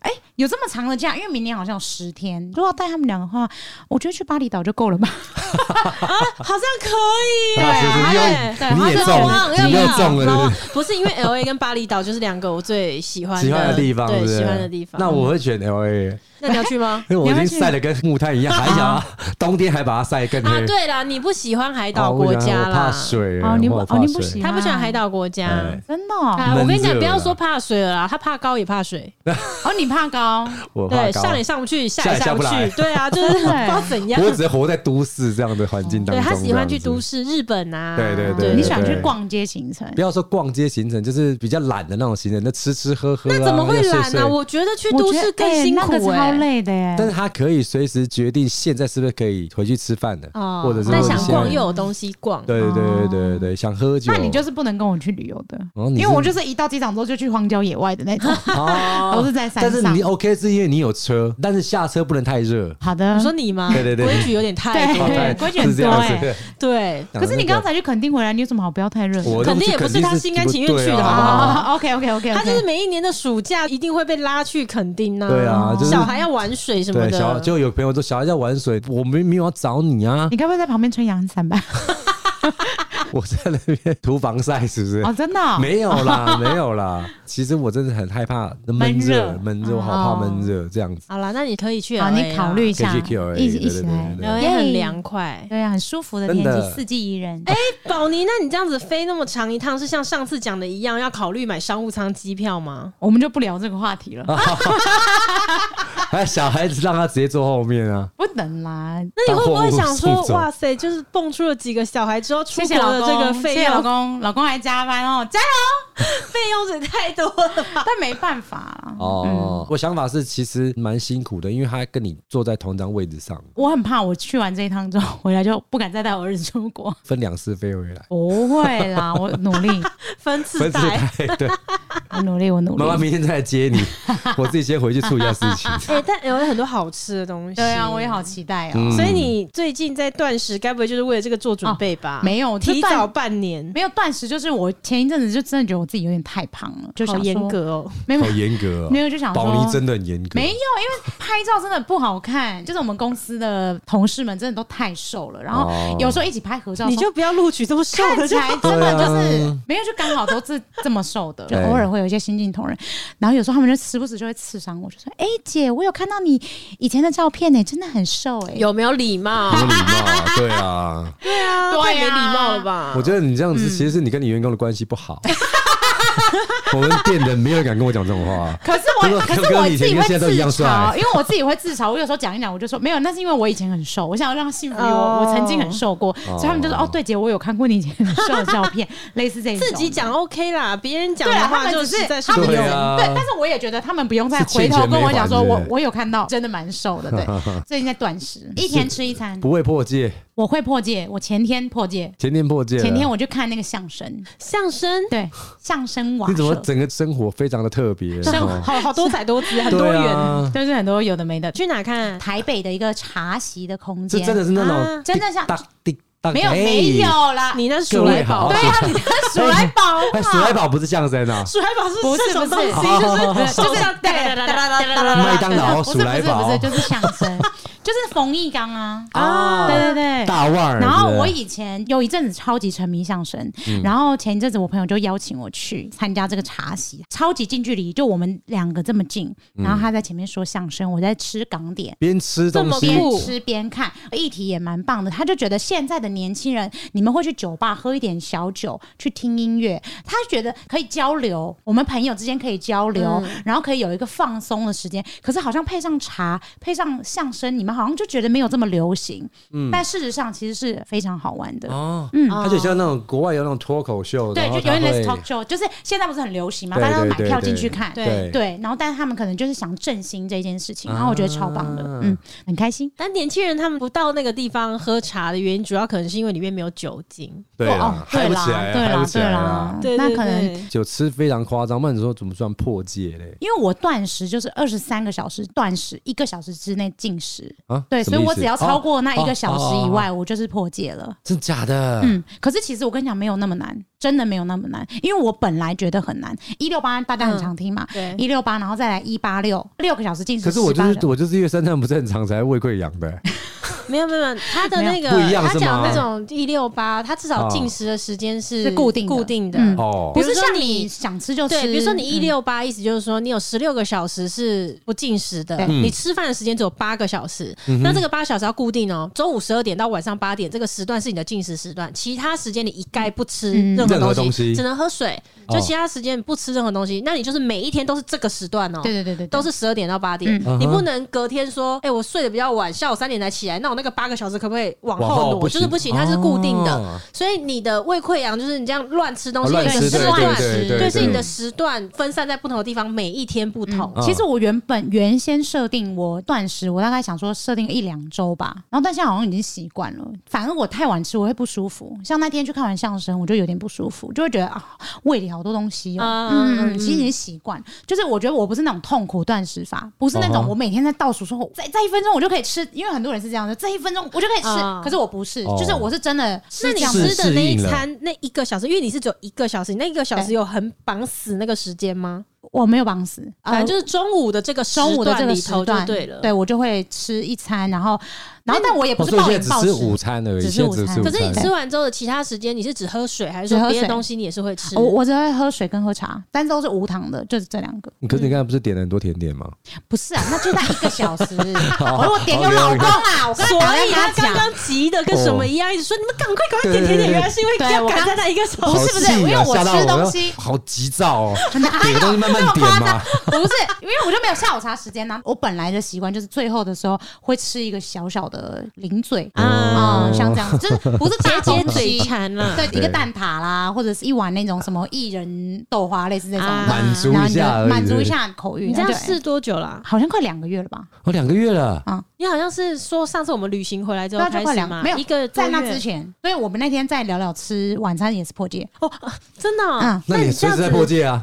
Speaker 3: 哎、有这么长的假，因为明年好像有十天，如果要带他们俩的话，我觉得去巴厘岛就够了
Speaker 2: [laughs]
Speaker 3: 吧。
Speaker 4: 啊好像可以耶，哎
Speaker 2: 啊是是
Speaker 4: 他
Speaker 2: 你有
Speaker 4: 嘞
Speaker 3: 对
Speaker 2: 你
Speaker 3: 他
Speaker 2: 也
Speaker 3: 是
Speaker 2: 中
Speaker 3: 老
Speaker 2: 了，
Speaker 3: 王
Speaker 2: 你又
Speaker 3: 要不要
Speaker 2: 中了，对不
Speaker 4: 老
Speaker 2: 对？
Speaker 4: 不是因为 L A 跟巴厘岛就是两个我最喜欢
Speaker 2: 喜欢的地方，
Speaker 4: 对
Speaker 2: 不
Speaker 4: 喜欢的地方。
Speaker 2: 那我会选 L A，？
Speaker 4: 那你要去吗
Speaker 2: [laughs] 因为我已经晒得跟木炭一样，还想
Speaker 4: [laughs]
Speaker 2: 要冬天还把它晒更
Speaker 4: 啊
Speaker 2: 黑。，
Speaker 4: 对啦，你不喜欢海岛
Speaker 2: 哦我
Speaker 4: 国
Speaker 2: 想
Speaker 4: 家
Speaker 2: 我怕
Speaker 4: 啦，
Speaker 2: 水，欸
Speaker 3: 哦你不
Speaker 2: 我怕
Speaker 3: 哦你不
Speaker 2: 水
Speaker 3: 喜
Speaker 4: 他不喜欢海岛国家。
Speaker 2: 哎
Speaker 3: 真的哦、
Speaker 4: 啊，我跟你
Speaker 2: 闷热
Speaker 4: 讲，
Speaker 2: 啦
Speaker 4: 不要说怕水了啦，他怕高也怕水，
Speaker 3: 哦，你怕高？
Speaker 2: 我怕
Speaker 4: 对，
Speaker 2: 高啊
Speaker 4: 上也上不去，下
Speaker 2: 下也
Speaker 4: 也
Speaker 2: 下
Speaker 4: 不
Speaker 2: 不来
Speaker 4: 去，对啊，就是不知道怎样
Speaker 2: 我。只是活在都市这样的环境当
Speaker 4: 对
Speaker 2: 中。
Speaker 4: 他喜欢去
Speaker 2: 这样
Speaker 4: 都
Speaker 2: 子。
Speaker 4: 市，日本啊，
Speaker 2: 对对对
Speaker 3: 你喜欢去
Speaker 2: 对
Speaker 3: 逛街行程？
Speaker 2: 不要说逛街行程，就是比较懒的那种行程，那吃吃喝喝、啊。
Speaker 4: 那怎么会
Speaker 2: 要
Speaker 4: 懒
Speaker 2: 睡睡
Speaker 4: 呢？我觉得去都市更辛
Speaker 3: 我觉
Speaker 4: 苦
Speaker 3: 得
Speaker 2: 欸
Speaker 3: 哎那个超
Speaker 4: 哎。
Speaker 3: 累的耶。
Speaker 2: 但是他可以随时决定现在是不是可以回去吃饭的，
Speaker 4: 哦
Speaker 2: 或者是
Speaker 4: 但
Speaker 2: 说
Speaker 4: 想
Speaker 2: 现在
Speaker 4: 逛又哦有东西逛，
Speaker 2: 对对对对对对，想喝酒。
Speaker 3: 那你就是不能跟我去旅游的，
Speaker 2: 哦，你
Speaker 3: 因为我就是一到机场之后就去荒郊野外的
Speaker 4: [laughs]
Speaker 3: 那种，
Speaker 2: 哦
Speaker 3: 都是在山
Speaker 2: 但
Speaker 3: 上。
Speaker 2: 是你 OK 是因为你有车，但是下车不能太
Speaker 4: [laughs]
Speaker 2: 热。
Speaker 3: 好的，
Speaker 4: 你说你吗？
Speaker 2: 对对对
Speaker 4: 规矩有点太多
Speaker 3: 对
Speaker 4: 了。
Speaker 3: 规矩很
Speaker 2: 是这样
Speaker 3: 多
Speaker 2: 子
Speaker 3: 哎
Speaker 4: 对，
Speaker 2: 讲
Speaker 3: 可是你
Speaker 2: 那个
Speaker 3: 刚才去垦丁回来，你有什么好不要太热的？[laughs]
Speaker 2: [laughs] 我
Speaker 4: 肯定也不是他心甘情愿去的好不好
Speaker 3: 啊，OK OK OK，
Speaker 4: 他就是每一年的暑假一定会被拉去垦丁呐、
Speaker 2: 对啊就是
Speaker 4: 小孩要玩水什么
Speaker 2: 对，小
Speaker 4: 的，
Speaker 2: 就有朋友说小孩在玩水，我没没有要找你
Speaker 4: [laughs]
Speaker 2: 啊，
Speaker 3: 你该不会在旁边撑阳伞吧？
Speaker 2: 我在那边涂防晒是不是？
Speaker 3: 哦，真的哦，
Speaker 2: 没有
Speaker 3: [laughs]
Speaker 2: 啦，没有啦。其实我真的很害怕闷热，闷热，我好
Speaker 3: 哦
Speaker 2: 怕闷热这样子。 [laughs]
Speaker 4: 好啦，那你可以去 LA
Speaker 3: 好，
Speaker 4: 啊，
Speaker 3: 你考虑一下
Speaker 2: 可以去 Q，而，已
Speaker 3: 一起
Speaker 2: 对
Speaker 3: 一
Speaker 2: 对
Speaker 3: 起
Speaker 2: 对
Speaker 3: 来
Speaker 2: 对，对
Speaker 4: LA
Speaker 3: 耶
Speaker 4: 很凉快。
Speaker 3: 对啊，很舒服的
Speaker 2: 真
Speaker 3: 天
Speaker 2: 的
Speaker 3: 气，四季宜人。哎，
Speaker 4: 宝妮，那你这样子飞那么长一趟，是像上次讲的一样，要考虑买商务舱机票吗？
Speaker 3: 哦我们就不聊这个话题
Speaker 2: 啊
Speaker 3: 了，
Speaker 2: 还有哎小孩子让他直接坐后面啊，
Speaker 3: 不能啦。
Speaker 4: 那你会不会想
Speaker 2: 当货
Speaker 4: 说
Speaker 2: 物，送走
Speaker 4: 哇塞，就是蹦出了几个小孩之后，出
Speaker 3: 谢谢
Speaker 4: 国
Speaker 3: 老
Speaker 4: 的
Speaker 3: 公，
Speaker 4: 这个
Speaker 3: 谢
Speaker 4: 费
Speaker 3: 谢老
Speaker 4: 用，
Speaker 3: 公，老公还加班哦，加油！
Speaker 4: 费用是太多 [laughs] 了吧？
Speaker 3: 但没办法啦，
Speaker 2: 哦，我想法是其实蛮辛苦的，因为他跟你坐在同一张位置上，
Speaker 3: 我很怕我去完这一趟之后回来就不敢再带我儿子出国。
Speaker 2: 分两次飞回来。
Speaker 3: [laughs] 不会 [laughs] 啦，我努力，
Speaker 4: 分次
Speaker 2: 分次
Speaker 4: 带。
Speaker 2: 开，
Speaker 3: [laughs]
Speaker 2: 对，
Speaker 3: 我努力，我努
Speaker 2: 妈妈
Speaker 3: 力。
Speaker 2: 明天再来接
Speaker 3: [laughs]
Speaker 2: 你，我自己先回去处理一下事情。
Speaker 4: [laughs] 哎、但 L A 很多好吃的东西。
Speaker 3: 对啊，我也。好期待哦。
Speaker 2: 嗯
Speaker 4: 所以你最近在断食，该不会就是为了这个做准备吧？
Speaker 3: 没有
Speaker 4: 提
Speaker 3: 嗯这断
Speaker 4: 早半年，
Speaker 3: 没有断食，就是我前一阵子就真的觉得我自己有点太胖了，就
Speaker 4: 好
Speaker 3: 想
Speaker 4: 严
Speaker 3: 说，
Speaker 4: 格哦。
Speaker 3: 没有
Speaker 2: 好严格哦
Speaker 3: 没，有就想说，
Speaker 2: 宝妮真的很严格
Speaker 3: 没有，因。为拍照真的不好看。就是我们公司的同事们真的都太瘦了，然后
Speaker 2: 哦
Speaker 3: 有时候一起拍合照的
Speaker 4: 你
Speaker 3: 时候，
Speaker 4: 就不要录取这么瘦
Speaker 3: 看
Speaker 4: 的
Speaker 3: 起
Speaker 4: 就好。
Speaker 3: 来真的就
Speaker 2: 对
Speaker 3: 是
Speaker 2: 啊
Speaker 3: 没有，就刚好都是这么瘦的，哦就
Speaker 2: 对
Speaker 3: 偶尔会有一些新进同仁，然后有时候他们就时不时就会刺伤我，就说：“哎、姐，我有看到你以前的照片呢、真的很瘦哎、
Speaker 4: 有没有礼貌
Speaker 2: 没有礼貌，对啊，
Speaker 3: [laughs]
Speaker 4: 对啊
Speaker 3: 对啊
Speaker 4: 太没礼貌了吧？
Speaker 2: 我觉得你这样
Speaker 3: 嗯 [laughs]
Speaker 2: 子其实是你跟你员工的关系不好。我们店人没有人敢跟我讲这种话，
Speaker 3: 可是
Speaker 2: 这
Speaker 3: 我
Speaker 2: 个
Speaker 3: 可是
Speaker 2: 哥哥
Speaker 3: 我
Speaker 2: 以
Speaker 3: 自
Speaker 2: 前
Speaker 3: 己
Speaker 2: 跟
Speaker 3: 会
Speaker 2: 现在都
Speaker 3: 自
Speaker 2: 一样
Speaker 3: 嘲，
Speaker 2: 帅
Speaker 3: 因为我自己会自嘲。我有时候讲一讲，我就说没有，那是因为我以前很瘦，我想要让幸福于我，
Speaker 4: 哦
Speaker 3: 我曾经很瘦过，所以他们就说哦，对姐，我有看过你以前很瘦的照片， [laughs] 类似这一种。
Speaker 4: 自己讲 OK 啦，别人讲
Speaker 3: 对
Speaker 4: 的
Speaker 3: 啊，他
Speaker 4: 话
Speaker 3: 们
Speaker 4: 就
Speaker 3: 只是
Speaker 4: 在
Speaker 3: 他们只
Speaker 2: 对
Speaker 3: 是
Speaker 2: 啊
Speaker 3: 对，但是我也觉得他们不用再
Speaker 2: 是
Speaker 3: 回
Speaker 2: 欠
Speaker 3: 头
Speaker 2: 钱
Speaker 3: 跟
Speaker 2: 没
Speaker 3: 我讲
Speaker 2: 还
Speaker 3: 说，
Speaker 2: 是不
Speaker 3: 我
Speaker 2: 是
Speaker 3: 我有看到，真的蛮瘦
Speaker 2: [laughs]
Speaker 3: 的，对，最近在断食，一天吃一餐，
Speaker 2: 不会破戒，
Speaker 3: 我会破戒，我前天破戒，
Speaker 2: 前天破戒了，
Speaker 3: 前天我去看那个相声，
Speaker 4: 相声
Speaker 3: 对，相声瓦
Speaker 2: 你怎么
Speaker 3: 舍，
Speaker 2: 整个生活非常的特别？
Speaker 3: 生
Speaker 2: 哦
Speaker 3: 好好多彩多姿，很多
Speaker 2: 对
Speaker 3: 元，
Speaker 2: 啊，
Speaker 3: 就是很多有的没的。
Speaker 4: 去哪看？
Speaker 5: 台北的一个茶席的空
Speaker 2: 这
Speaker 5: 间，
Speaker 2: 真的是那种
Speaker 4: 啊
Speaker 3: 真的像
Speaker 2: 滴答滴答，
Speaker 3: 没有
Speaker 2: 哎
Speaker 3: 没有。啊啦，
Speaker 4: 你那是
Speaker 2: 各
Speaker 4: 鼠
Speaker 2: 位
Speaker 4: 来宝
Speaker 2: 好，
Speaker 3: 对啊，你的鼠来宝
Speaker 2: 哎，鼠来宝不是相声啊，
Speaker 4: 鼠来宝是
Speaker 3: 不是
Speaker 4: 什么
Speaker 3: 不
Speaker 4: 东
Speaker 3: 是
Speaker 4: 西？
Speaker 2: 好好好
Speaker 4: 就是
Speaker 3: 就是对
Speaker 2: 哦麦当劳
Speaker 3: 不
Speaker 2: 鼠
Speaker 3: 是不
Speaker 2: 来
Speaker 3: 是不
Speaker 2: 宝
Speaker 3: 是，就是相声，就是冯一刚啊，
Speaker 2: 啊
Speaker 3: 对对对。
Speaker 2: 大腕儿。
Speaker 3: 然后我
Speaker 2: 对
Speaker 3: 以前有一阵子超级沉迷相声，然后前一阵子我朋友就邀请我去参加这个茶席，超级近距离，就我们两个这么近，然后他在前面说相声，我在吃港点。
Speaker 2: 边吃东
Speaker 4: 这
Speaker 2: 西
Speaker 4: 么
Speaker 3: 边
Speaker 4: 酷
Speaker 3: 吃边看，议题也蛮棒的。他就觉得现在的年轻人，你们会去酒吧喝一点小酒，去听音乐，他觉得可以交流，我们朋友之间可以交流，
Speaker 2: 嗯
Speaker 3: 然后可以有一个放松的时间。可是好像配上茶，配上相声，你们好像就觉得没有这么流行。但事实上其实是非常好玩的。
Speaker 2: 嗯哦，
Speaker 3: 嗯
Speaker 2: 它就像那种国外有那种脱口秀，
Speaker 3: 对，
Speaker 2: 然
Speaker 3: 就
Speaker 2: 后
Speaker 3: 有点
Speaker 2: 它
Speaker 3: 类似
Speaker 2: 会
Speaker 3: talk show，就是现在不是很流行嘛，
Speaker 2: 对
Speaker 3: 大家都买
Speaker 2: 对对
Speaker 3: 票进
Speaker 2: 对
Speaker 3: 去看，
Speaker 2: 对
Speaker 3: 对。然后，但是他们可能就是想振兴这件事情，然后我觉得超棒的
Speaker 2: 啊，
Speaker 3: 嗯，很开心。
Speaker 4: 但年轻人他们不到那个地方喝茶的原因，主要可能是因为里面没有酒精。
Speaker 2: 对
Speaker 3: 哦
Speaker 2: 啊
Speaker 3: 哦，
Speaker 2: 嗨
Speaker 3: 对
Speaker 2: 不
Speaker 3: 啦
Speaker 2: 起来，，
Speaker 3: 对
Speaker 2: 嗨
Speaker 3: 啦
Speaker 2: 不，起
Speaker 3: 对
Speaker 2: 来
Speaker 3: 啦
Speaker 2: 啊，
Speaker 4: 对，
Speaker 3: 那
Speaker 4: 对
Speaker 3: 可能。
Speaker 4: 对
Speaker 2: 酒吃非常夸张，不然你说怎么算破戒嘞？
Speaker 3: 因为我断食就是二十三个小时断食，一个小时之内进食，
Speaker 2: 啊，
Speaker 3: 对，
Speaker 2: 什
Speaker 3: 所
Speaker 2: 么
Speaker 3: 以我
Speaker 2: 意思
Speaker 3: 只要超过那一个小时以，
Speaker 2: 哦哦哦哦哦
Speaker 3: 外，我就是破戒了。
Speaker 2: 真假的？
Speaker 3: 嗯，可是其实我跟你讲，没有那么难，真的没有那么难，因为我本来觉得很难，一六八大家很常听嘛，
Speaker 4: 嗯对
Speaker 3: 一六八，然后再来一八六，六个小时进食，
Speaker 2: 可是我就
Speaker 3: 18
Speaker 2: 是
Speaker 3: 小时
Speaker 2: 我就是因为三餐不正常才胃溃疡的，
Speaker 4: 没有没有，没有他的那个
Speaker 2: 没有不一样
Speaker 4: 他
Speaker 2: 是吗
Speaker 4: 讲那种一六八，他至少
Speaker 2: 哦
Speaker 4: 进食的时间是
Speaker 3: 是固定的
Speaker 4: 固定的。
Speaker 3: 嗯 [laughs]
Speaker 2: 哦
Speaker 4: 比
Speaker 3: 不
Speaker 4: 如
Speaker 3: 是
Speaker 4: 说
Speaker 3: 像
Speaker 4: 你
Speaker 3: 你想吃就吃，
Speaker 4: 对，比如说你
Speaker 3: 嗯
Speaker 4: 一六八，意思就是说你有十六个小时是不进食的，
Speaker 2: 嗯
Speaker 3: 对
Speaker 4: 你吃饭的时间只有八个小时，那这个八小时要固定哦，中午十二点到晚上八点这个时段是你的进食时段，其他时间你一概不吃
Speaker 3: 嗯
Speaker 4: 任
Speaker 2: 任
Speaker 4: 何
Speaker 2: 何
Speaker 4: 东
Speaker 2: 东
Speaker 4: 西，
Speaker 2: 西
Speaker 4: 只能喝水，
Speaker 2: 哦
Speaker 4: 就其他时间不吃任何东西，那你就是每一天都是这个时段哦，
Speaker 3: 对对对对，
Speaker 4: 都
Speaker 3: 是
Speaker 4: 是十二点到八点，
Speaker 2: 嗯
Speaker 4: 你不
Speaker 2: 嗯哼
Speaker 4: 能隔天说，哎、我睡得比较晚，下午三点才起来，那我那个八个小时可不可以往
Speaker 2: 往
Speaker 4: 后
Speaker 2: 后
Speaker 4: 挪？
Speaker 2: 不
Speaker 4: 就是
Speaker 2: 行
Speaker 4: 不行，它是固定的，
Speaker 2: 哦
Speaker 4: 所以你的胃溃疡就是你这样乱吃东西，
Speaker 2: 哦乱
Speaker 4: 你的
Speaker 2: 吃
Speaker 4: 时
Speaker 2: 对对
Speaker 4: 段
Speaker 2: 对对
Speaker 4: 对，
Speaker 2: 对
Speaker 4: 是你的时段分散在不同的地方，每一天不同。
Speaker 2: 嗯
Speaker 3: 其实我原本原先设定我断食，我大概想说设定一两周吧，然后但现在好像已经习惯了。反正我太晚吃我会不舒服，像那天去看完相声，我就有点不舒服，就会觉得啊胃里好多东西哦。
Speaker 4: 啊
Speaker 3: 嗯嗯
Speaker 4: 嗯
Speaker 3: 嗯，其实已经习惯，就是我觉得我不是那种痛苦断食法，不是那种
Speaker 2: 嗯哼
Speaker 3: 我每天在倒数说再再一分钟我就可以吃，因为很多人是这样的，这一分钟我就可以吃，
Speaker 4: 啊
Speaker 3: 可是我不是，
Speaker 2: 哦
Speaker 3: 就是我是真的
Speaker 4: 那
Speaker 3: 是这
Speaker 4: 你
Speaker 3: 样
Speaker 2: 是
Speaker 3: 子。
Speaker 4: 吃的那一
Speaker 2: 适应了
Speaker 4: 餐那一个小时，因为你是只有一个小时，你那一个小时
Speaker 3: 对
Speaker 4: 有很绑死那个时间吗？
Speaker 3: 我没有绑死，
Speaker 4: 反
Speaker 3: 呃
Speaker 4: 正就是中午的这个时
Speaker 3: 中午的这
Speaker 4: 段
Speaker 3: 个
Speaker 4: 里
Speaker 3: 时
Speaker 4: 头就
Speaker 3: 段，
Speaker 4: 对了。
Speaker 3: 对我就会吃一餐，然后，然后但我也不
Speaker 2: 哦
Speaker 3: 是
Speaker 2: 所以
Speaker 3: 暴
Speaker 2: 现
Speaker 3: 饮
Speaker 2: 在
Speaker 3: 暴
Speaker 2: 只
Speaker 3: 食
Speaker 2: 吃，午餐而已，
Speaker 3: 只吃
Speaker 2: 现在
Speaker 3: 午
Speaker 2: 只
Speaker 3: 餐
Speaker 2: 吃午
Speaker 4: 可
Speaker 2: 餐。
Speaker 4: 是你吃
Speaker 3: 对
Speaker 4: 完之后的其他时间，你是只喝水，还是
Speaker 3: 只
Speaker 4: 说
Speaker 3: 喝
Speaker 4: 别的
Speaker 3: 水
Speaker 4: 东西你也是会吃？
Speaker 3: 我我只会喝水跟喝茶，但都是无糖的，就是这两个。
Speaker 2: 你嗯可是你刚才不是点了很多甜点吗？
Speaker 3: 不是啊，那就那一个小
Speaker 2: [laughs]
Speaker 3: 时，我我点给我老公啊，我跟
Speaker 4: 所
Speaker 3: 他打电
Speaker 4: 以
Speaker 3: 话
Speaker 4: 他
Speaker 3: 跟他
Speaker 4: 刚
Speaker 3: 讲。
Speaker 4: 刚急的跟什么一样，一直说你们赶快赶快点甜点，原来是因为要赶在那一个小
Speaker 3: 哦不
Speaker 2: 好
Speaker 3: 是不是
Speaker 2: 气
Speaker 3: 因为
Speaker 2: 啊
Speaker 3: 我
Speaker 2: 吓到
Speaker 3: 吃
Speaker 2: 我
Speaker 3: 东
Speaker 2: 要
Speaker 3: 西
Speaker 2: 好急躁哦， [laughs]
Speaker 3: 哪
Speaker 2: 点个东西慢慢点嘛。
Speaker 3: 不是，因为我就没有下午茶时间呢、我本来的习惯就是最后的时候会吃一个小小的零嘴
Speaker 2: 哦
Speaker 3: 啊、
Speaker 4: 啊
Speaker 3: 嗯，像这样子，就是不是大
Speaker 4: [laughs] 节节
Speaker 3: 东
Speaker 4: 嘴
Speaker 3: 西
Speaker 4: 馋了。
Speaker 3: [laughs] 对，一个
Speaker 2: 对
Speaker 3: 蛋挞啦，或者是一碗那种什么薏仁豆花，类似这种，
Speaker 4: 啊
Speaker 2: 满足
Speaker 3: 然后
Speaker 2: 一
Speaker 3: 你就
Speaker 2: 下而已，
Speaker 3: 满足一
Speaker 2: 是
Speaker 3: 下口欲。
Speaker 4: 你这样
Speaker 3: 对
Speaker 4: 试多久啦、
Speaker 3: 好像快两个月了吧
Speaker 2: 不？是，我哦两个月了，
Speaker 4: 你好像是说上次我们旅行回来之后
Speaker 3: 那啊就
Speaker 4: 开
Speaker 3: 快
Speaker 4: 始
Speaker 3: 两
Speaker 4: 嘛，
Speaker 3: 没有
Speaker 4: 一个多
Speaker 3: 在
Speaker 4: 月
Speaker 3: 那之前，所以我们那天在聊聊吃晚餐也是破
Speaker 4: [laughs]
Speaker 3: 戒，
Speaker 4: 真的哦、
Speaker 3: 嗯
Speaker 2: 那
Speaker 4: 你
Speaker 2: 你
Speaker 4: 这
Speaker 2: 随
Speaker 4: 样
Speaker 2: 时在
Speaker 4: 子
Speaker 2: 破
Speaker 3: [laughs]
Speaker 2: 戒啊？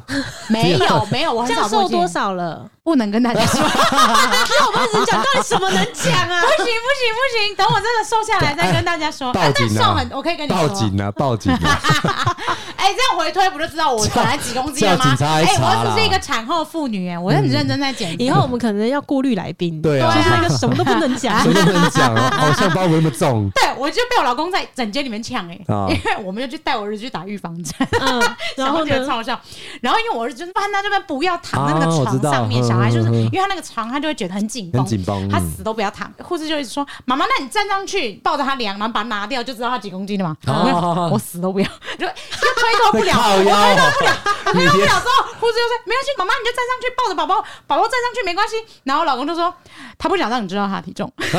Speaker 3: 没有没有，我
Speaker 4: 这
Speaker 3: 很
Speaker 4: 样
Speaker 3: 少
Speaker 4: 瘦
Speaker 3: 破
Speaker 4: 多
Speaker 3: 戒，
Speaker 4: 少了？哎
Speaker 3: 不能跟大家
Speaker 2: [laughs]
Speaker 3: 说，
Speaker 4: 那我们只讲到底什么能讲啊
Speaker 3: 不？ [laughs] 行不行不行，等我真的瘦下来再跟大家说。
Speaker 2: 报警
Speaker 3: 但瘦
Speaker 2: 啊
Speaker 3: 很，我可以跟！你
Speaker 2: 报
Speaker 3: 说，
Speaker 2: 警啊！报警啊！
Speaker 3: [laughs] 哎，这样回推不就知道我本来几公斤了
Speaker 2: 叫
Speaker 3: 吗
Speaker 2: 警？察来
Speaker 3: 哎，
Speaker 2: 查
Speaker 3: 我
Speaker 2: 啦嗯
Speaker 3: 只是一个产后妇女，哎，我很认真在减肥
Speaker 4: [laughs] 以。后我们可能要过滤来宾，
Speaker 2: 对啊。
Speaker 4: 就是那个什么都不
Speaker 3: [laughs]
Speaker 4: 能讲
Speaker 2: 谁都不能讲啊，好像包袱那么重
Speaker 3: 对，我就被我老公在整间里面呛哎、
Speaker 2: 啊
Speaker 3: 因为我们就去带我儿子去打预防针，
Speaker 4: 嗯，
Speaker 3: [laughs]
Speaker 4: 然后
Speaker 3: 觉得
Speaker 4: 呢？
Speaker 3: 超好笑。然后因为我儿子就是搬到这边不要躺在那
Speaker 2: 啊我
Speaker 3: 个
Speaker 2: 知
Speaker 3: 床
Speaker 2: 道
Speaker 3: 上面，
Speaker 2: 嗯
Speaker 3: 小孩就是
Speaker 2: 嗯嗯
Speaker 3: 因为他那个床他就会觉得很紧绷，
Speaker 2: 很紧绷
Speaker 3: 他
Speaker 2: 嗯
Speaker 3: 死都不要躺。护士就一直说：“妈妈，那你站上去抱着他量，然后把他拿掉，就知道他几公斤了嘛。
Speaker 2: 啊
Speaker 3: 我说我死都不要，就要推脱不了，
Speaker 2: 靠
Speaker 3: 我推
Speaker 2: 腰
Speaker 3: 脱
Speaker 2: 哦， [laughs]
Speaker 3: 推脱不了之后，护士就说没关系，妈妈你就站上去抱着宝宝，宝宝站上去没关系。然后我老公就说他不想让你知道他的体重，
Speaker 4: [laughs]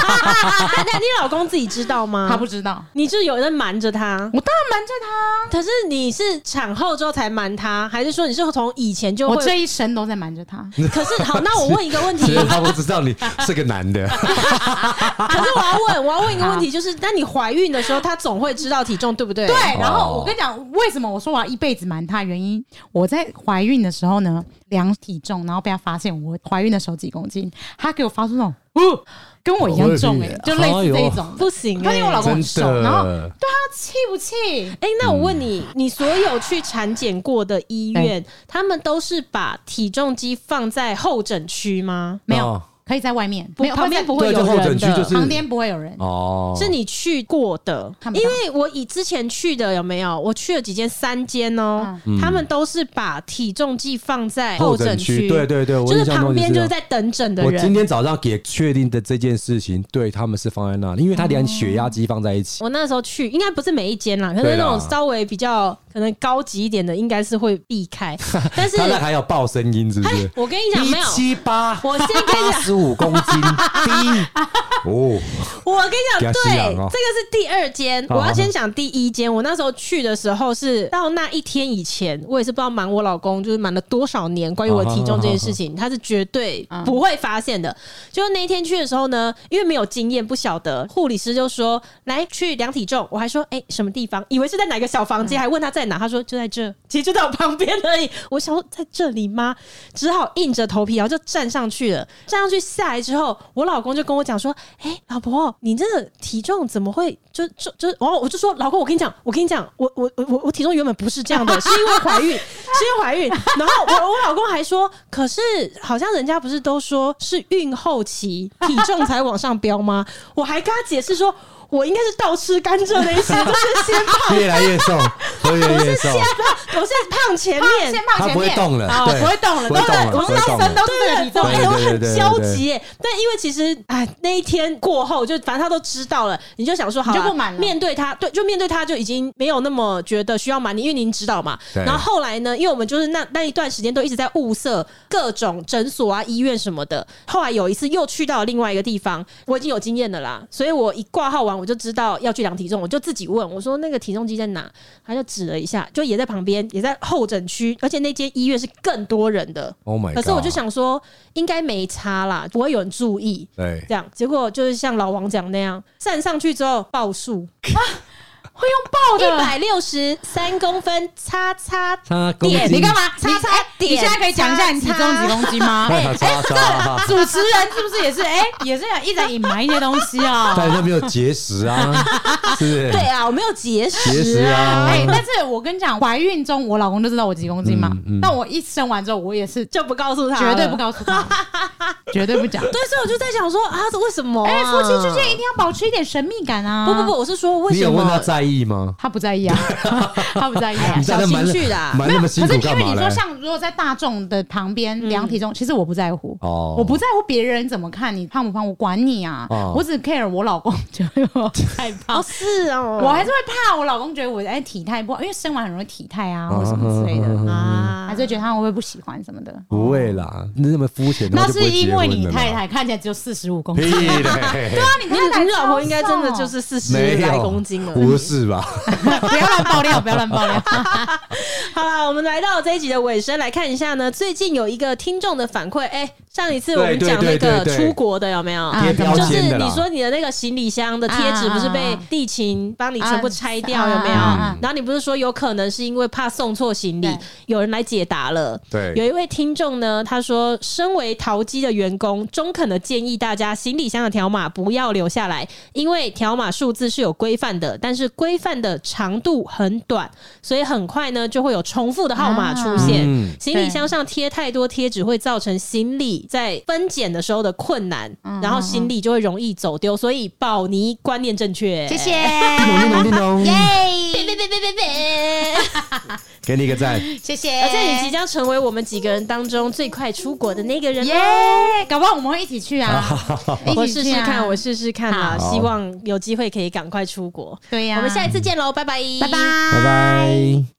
Speaker 4: 那那你老公自己知道吗？
Speaker 3: 他不，知道，
Speaker 4: 你就有人瞒着他。
Speaker 3: 我当然瞒着他，
Speaker 4: 可是你是产后之后才瞒他，还是说你是从以前就
Speaker 3: 我
Speaker 4: 会？
Speaker 3: 这一生都在瞒着他。
Speaker 4: 可是好，那我问一个问题
Speaker 2: 其，实他不知道你是个男的，
Speaker 4: 可啊是我要问，我要问一个问题，就是那你怀孕的时候，他总会知道体重，对不对？
Speaker 3: 对，
Speaker 2: 哦
Speaker 3: 然后我跟你讲，为什么我说我要一辈子瞒他？原因我在怀孕的时候呢，量体重，然后被他发现我怀孕的时候几公斤，他给我发出那种，哦，跟我一样重哎、
Speaker 2: 哦
Speaker 3: 就类似这一种。
Speaker 4: 不行、欸，
Speaker 3: 他因为我老公
Speaker 2: 真
Speaker 3: 很瘦，然后
Speaker 2: 的。
Speaker 3: 他气不气？
Speaker 4: 哎、那
Speaker 2: 嗯
Speaker 4: 我问你，你所有去产检过的医院，他们都是把体重机放在候诊区吗？
Speaker 3: 没有
Speaker 2: 哦，
Speaker 3: 可以在外面，
Speaker 4: 不
Speaker 3: 没有
Speaker 4: 旁边
Speaker 3: 会在
Speaker 4: 不会
Speaker 2: 对
Speaker 4: 有
Speaker 2: 就候诊
Speaker 4: 人
Speaker 2: 区
Speaker 4: 的，
Speaker 2: 就是
Speaker 3: 旁边不会有人。
Speaker 2: 哦，
Speaker 4: 是你去过的，
Speaker 3: 看不
Speaker 4: 因
Speaker 3: 到
Speaker 4: 为我以之前去的有没有？我去了几间，三间哦、
Speaker 3: 嗯
Speaker 4: 他们都是把体重计放在
Speaker 2: 候
Speaker 4: 诊
Speaker 2: 诊区，对对对，我
Speaker 4: 就是
Speaker 2: 印象中
Speaker 4: 旁边
Speaker 2: 这
Speaker 4: 就
Speaker 2: 样
Speaker 4: 是在等诊的
Speaker 2: 我今
Speaker 4: 人。
Speaker 2: 天早上也确定的这件事情，对他们是放在那里，因为他连血压机放在一起。
Speaker 4: 我那时候去，应该不是每一间啦，可
Speaker 2: 对
Speaker 4: 是那
Speaker 2: 啦
Speaker 4: 种稍微比较可能高级一点的，应该是会避
Speaker 2: [laughs]
Speaker 4: 开。但是
Speaker 2: 他那还要报声音，是不是？
Speaker 4: 我跟你讲，没有
Speaker 2: 一，七八，
Speaker 4: 我先跟
Speaker 2: 八 [laughs]
Speaker 4: 你讲，
Speaker 2: 十五公斤，低哦，
Speaker 4: 我跟你
Speaker 2: 给他
Speaker 4: 讲，对，
Speaker 2: 吸氧
Speaker 4: 这
Speaker 2: 哦
Speaker 4: 个是第二间。
Speaker 2: 好
Speaker 4: 我要先讲第一间。我那时候去的时候是到那一天以前，我也是不知道瞒我老公，就是瞒了多少年关于我的体重这件事情，他是绝对不会发现的。就那一天去的时候呢，因为没有经验，不晓得护理师就说来去量体重，我还说哎、什么地方，以为是在哪个小房间，还问他在哪，他说就在这，其实就在我旁边而已。我想说在这里吗？只好硬着头皮，然后就站上去了。站上去下来之后，我老公就跟我讲说：“哎、老婆，你这个体重怎么会就就就？”然后我就说：“老公，我跟你讲，我跟你讲，我我我我我体重原本不是这样的，是因为怀孕，是因为怀孕。”然后我我老公还说：“可是好像人家不是都说是孕后期体重才往上飙吗？”我还跟他解释说。我应该是倒吃甘蔗那一些，就是先胖，
Speaker 2: 越来越瘦，越来越瘦，
Speaker 4: 我是胖前
Speaker 3: 胖
Speaker 4: 面，
Speaker 3: 先胖
Speaker 2: 他
Speaker 3: 前
Speaker 2: 不会
Speaker 3: 面，
Speaker 2: 动了，
Speaker 3: 哦
Speaker 2: 对
Speaker 3: 不会动了，
Speaker 2: 不会动了
Speaker 3: 我们
Speaker 2: 不会
Speaker 3: 到
Speaker 2: 动
Speaker 3: 生
Speaker 2: 了
Speaker 3: 都是这个体重
Speaker 4: 对，
Speaker 2: 对
Speaker 4: 哎，我
Speaker 2: 对
Speaker 4: 很
Speaker 2: 对
Speaker 4: 焦
Speaker 2: 对对
Speaker 4: 急耶。但因为其实哎，那一天过后，就反正他都知道了，你就想说好啦，
Speaker 3: 你就不瞒了
Speaker 4: 面对他，对，就面对他就已经没有那么觉得需要瞒你，因为您知道嘛。
Speaker 2: 对
Speaker 4: 然后后来呢，因为我们就是那那一段时间都一直在物色各种诊所啊、医院什么的。后来有一次又去到了另外一个地方，我已经有经验的啦，所以我一挂号完我就知道要去量体重，我就自己问我说那个体重机在哪，他就指了一下，就也在旁边，也在候诊区，而且那间医院是更多人的。
Speaker 2: Oh my！
Speaker 4: 可是我就，想说，应该没差啦，不会有人注意。
Speaker 2: 对，
Speaker 4: 这样，结果就是像老王讲那样，站上去之后报数
Speaker 3: 会用抱
Speaker 4: 一
Speaker 3: 的。
Speaker 4: 百六十三公分，叉叉
Speaker 2: 他公
Speaker 4: 点
Speaker 2: 斤，
Speaker 3: 你
Speaker 2: [laughs]
Speaker 3: 干嘛？
Speaker 4: 叉
Speaker 3: 你
Speaker 4: 叉
Speaker 3: 哎
Speaker 4: 点
Speaker 3: 你现在可以讲一下你体重
Speaker 4: 叉叉
Speaker 3: 几公斤吗？ [laughs]
Speaker 2: 哎，叉叉，
Speaker 3: 主持人是不是也是？哎、也是一直在隐瞒一些东西啊、
Speaker 2: 但是没有节食啊，是不是？
Speaker 4: 对啊，我没有节
Speaker 2: 节
Speaker 4: 食
Speaker 2: 食啊，
Speaker 3: 哎、但是我跟你讲，怀孕中我老公就知道我几公斤嘛。
Speaker 2: 嗯嗯
Speaker 3: 但我一生完之后，我也是
Speaker 4: 就不告诉他，
Speaker 3: 绝对不。告诉他， [laughs] 绝对不讲。
Speaker 4: 对，所以我就在想说啊，这为什么啊？
Speaker 3: 哎、夫妻之间一定要保持一点神秘感啊！
Speaker 4: 不不不，，我是说为
Speaker 2: 你
Speaker 4: 什
Speaker 2: 有问他
Speaker 4: 么？
Speaker 2: 在意吗？
Speaker 3: 他不在
Speaker 2: [laughs]
Speaker 3: 意啊，他不在意啊
Speaker 2: 哎你。在那瞒
Speaker 4: 小情绪啦
Speaker 2: 瞒
Speaker 3: 没
Speaker 2: 那
Speaker 3: 有，
Speaker 2: 么
Speaker 3: 可
Speaker 2: 辛
Speaker 3: 是
Speaker 2: 苦
Speaker 3: 因
Speaker 2: 干
Speaker 3: 为
Speaker 2: 嘛
Speaker 3: 你
Speaker 2: 嘞嗯
Speaker 3: 说？像如果在大众的旁边量体重，其实我不在乎。
Speaker 2: 哦，
Speaker 3: 我不在乎别人怎么看你胖不胖，我管你啊！
Speaker 2: 哦
Speaker 3: 我只 care 我老公觉得我太胖
Speaker 2: [laughs]
Speaker 4: 哦，，是哦，
Speaker 3: 我还是会怕我老公觉得我哎体态不好，因为生完很容易体态啊，或什么之类的，
Speaker 4: 啊
Speaker 3: 还是会觉得他会不会不喜欢什么的。
Speaker 2: 不会啦，你那么肤浅，
Speaker 3: 哦那
Speaker 2: 就是不会结
Speaker 3: 因为
Speaker 2: 婚
Speaker 3: 你
Speaker 2: 了
Speaker 3: 太
Speaker 2: 嘛
Speaker 3: 太看起来只有四十五公
Speaker 2: 屁
Speaker 3: 斤，你
Speaker 2: [laughs] 嘞，
Speaker 4: 你
Speaker 3: 太 [laughs] 太
Speaker 4: 你老婆
Speaker 3: 超
Speaker 4: 应该真的
Speaker 3: 瘦
Speaker 4: 就是四十
Speaker 2: 没
Speaker 4: 来
Speaker 2: 有
Speaker 4: 公斤了，
Speaker 2: 不是吧？
Speaker 3: 不要乱爆料，不要乱 [laughs] 爆料。
Speaker 4: 好啦，我们来到这一集的尾声，来看一下呢，最近有一个听众的反馈，哎、上一次我们讲那
Speaker 2: 对对对
Speaker 4: 个
Speaker 2: 对对
Speaker 4: 出国的有没有？
Speaker 3: 啊
Speaker 2: 贴标
Speaker 4: 就是
Speaker 2: 签的啦。
Speaker 4: 你说你的那个行李箱的贴纸不是被地勤帮你全部拆掉有没有？
Speaker 3: 啊
Speaker 2: 啊啊
Speaker 4: 然后你不是说有可能是因为怕送错行李
Speaker 3: 对，
Speaker 4: 有人来解答了。有
Speaker 2: 对，
Speaker 4: 一位听众呢，他说：“身为淘机的员工，中肯的建议大家行李箱的条码不要留下来，因为条码数字是有规范的，但是规范的长度很短，所以很快呢就会有重复的号码出现。
Speaker 2: 嗯
Speaker 4: 行李箱上贴太多贴纸会造成行李在分拣的时候的困难，然后行李就会容易走丢，所以宝妮观念正确。 [laughs]
Speaker 5: 谢谢，
Speaker 2: 叮咚叮
Speaker 3: [laughs]
Speaker 2: 咚叮咚，
Speaker 5: 耶，
Speaker 4: 别别别别别！
Speaker 2: 给你一个赞。
Speaker 5: 谢谢，
Speaker 4: 而且你即将成为我们几个人当中最快出国的那个人哦
Speaker 3: 耶，搞不好我们会一起去
Speaker 2: [laughs]
Speaker 3: 啊！
Speaker 4: [laughs] 我
Speaker 3: 一
Speaker 4: 试
Speaker 3: 起
Speaker 4: 试
Speaker 3: 去啊
Speaker 4: 看，我试试看啦，
Speaker 2: 好
Speaker 4: 希望有机会可以赶快出国。
Speaker 3: 对呀，
Speaker 4: 我们下一次见喽，拜拜，
Speaker 3: 拜拜。
Speaker 2: 拜拜。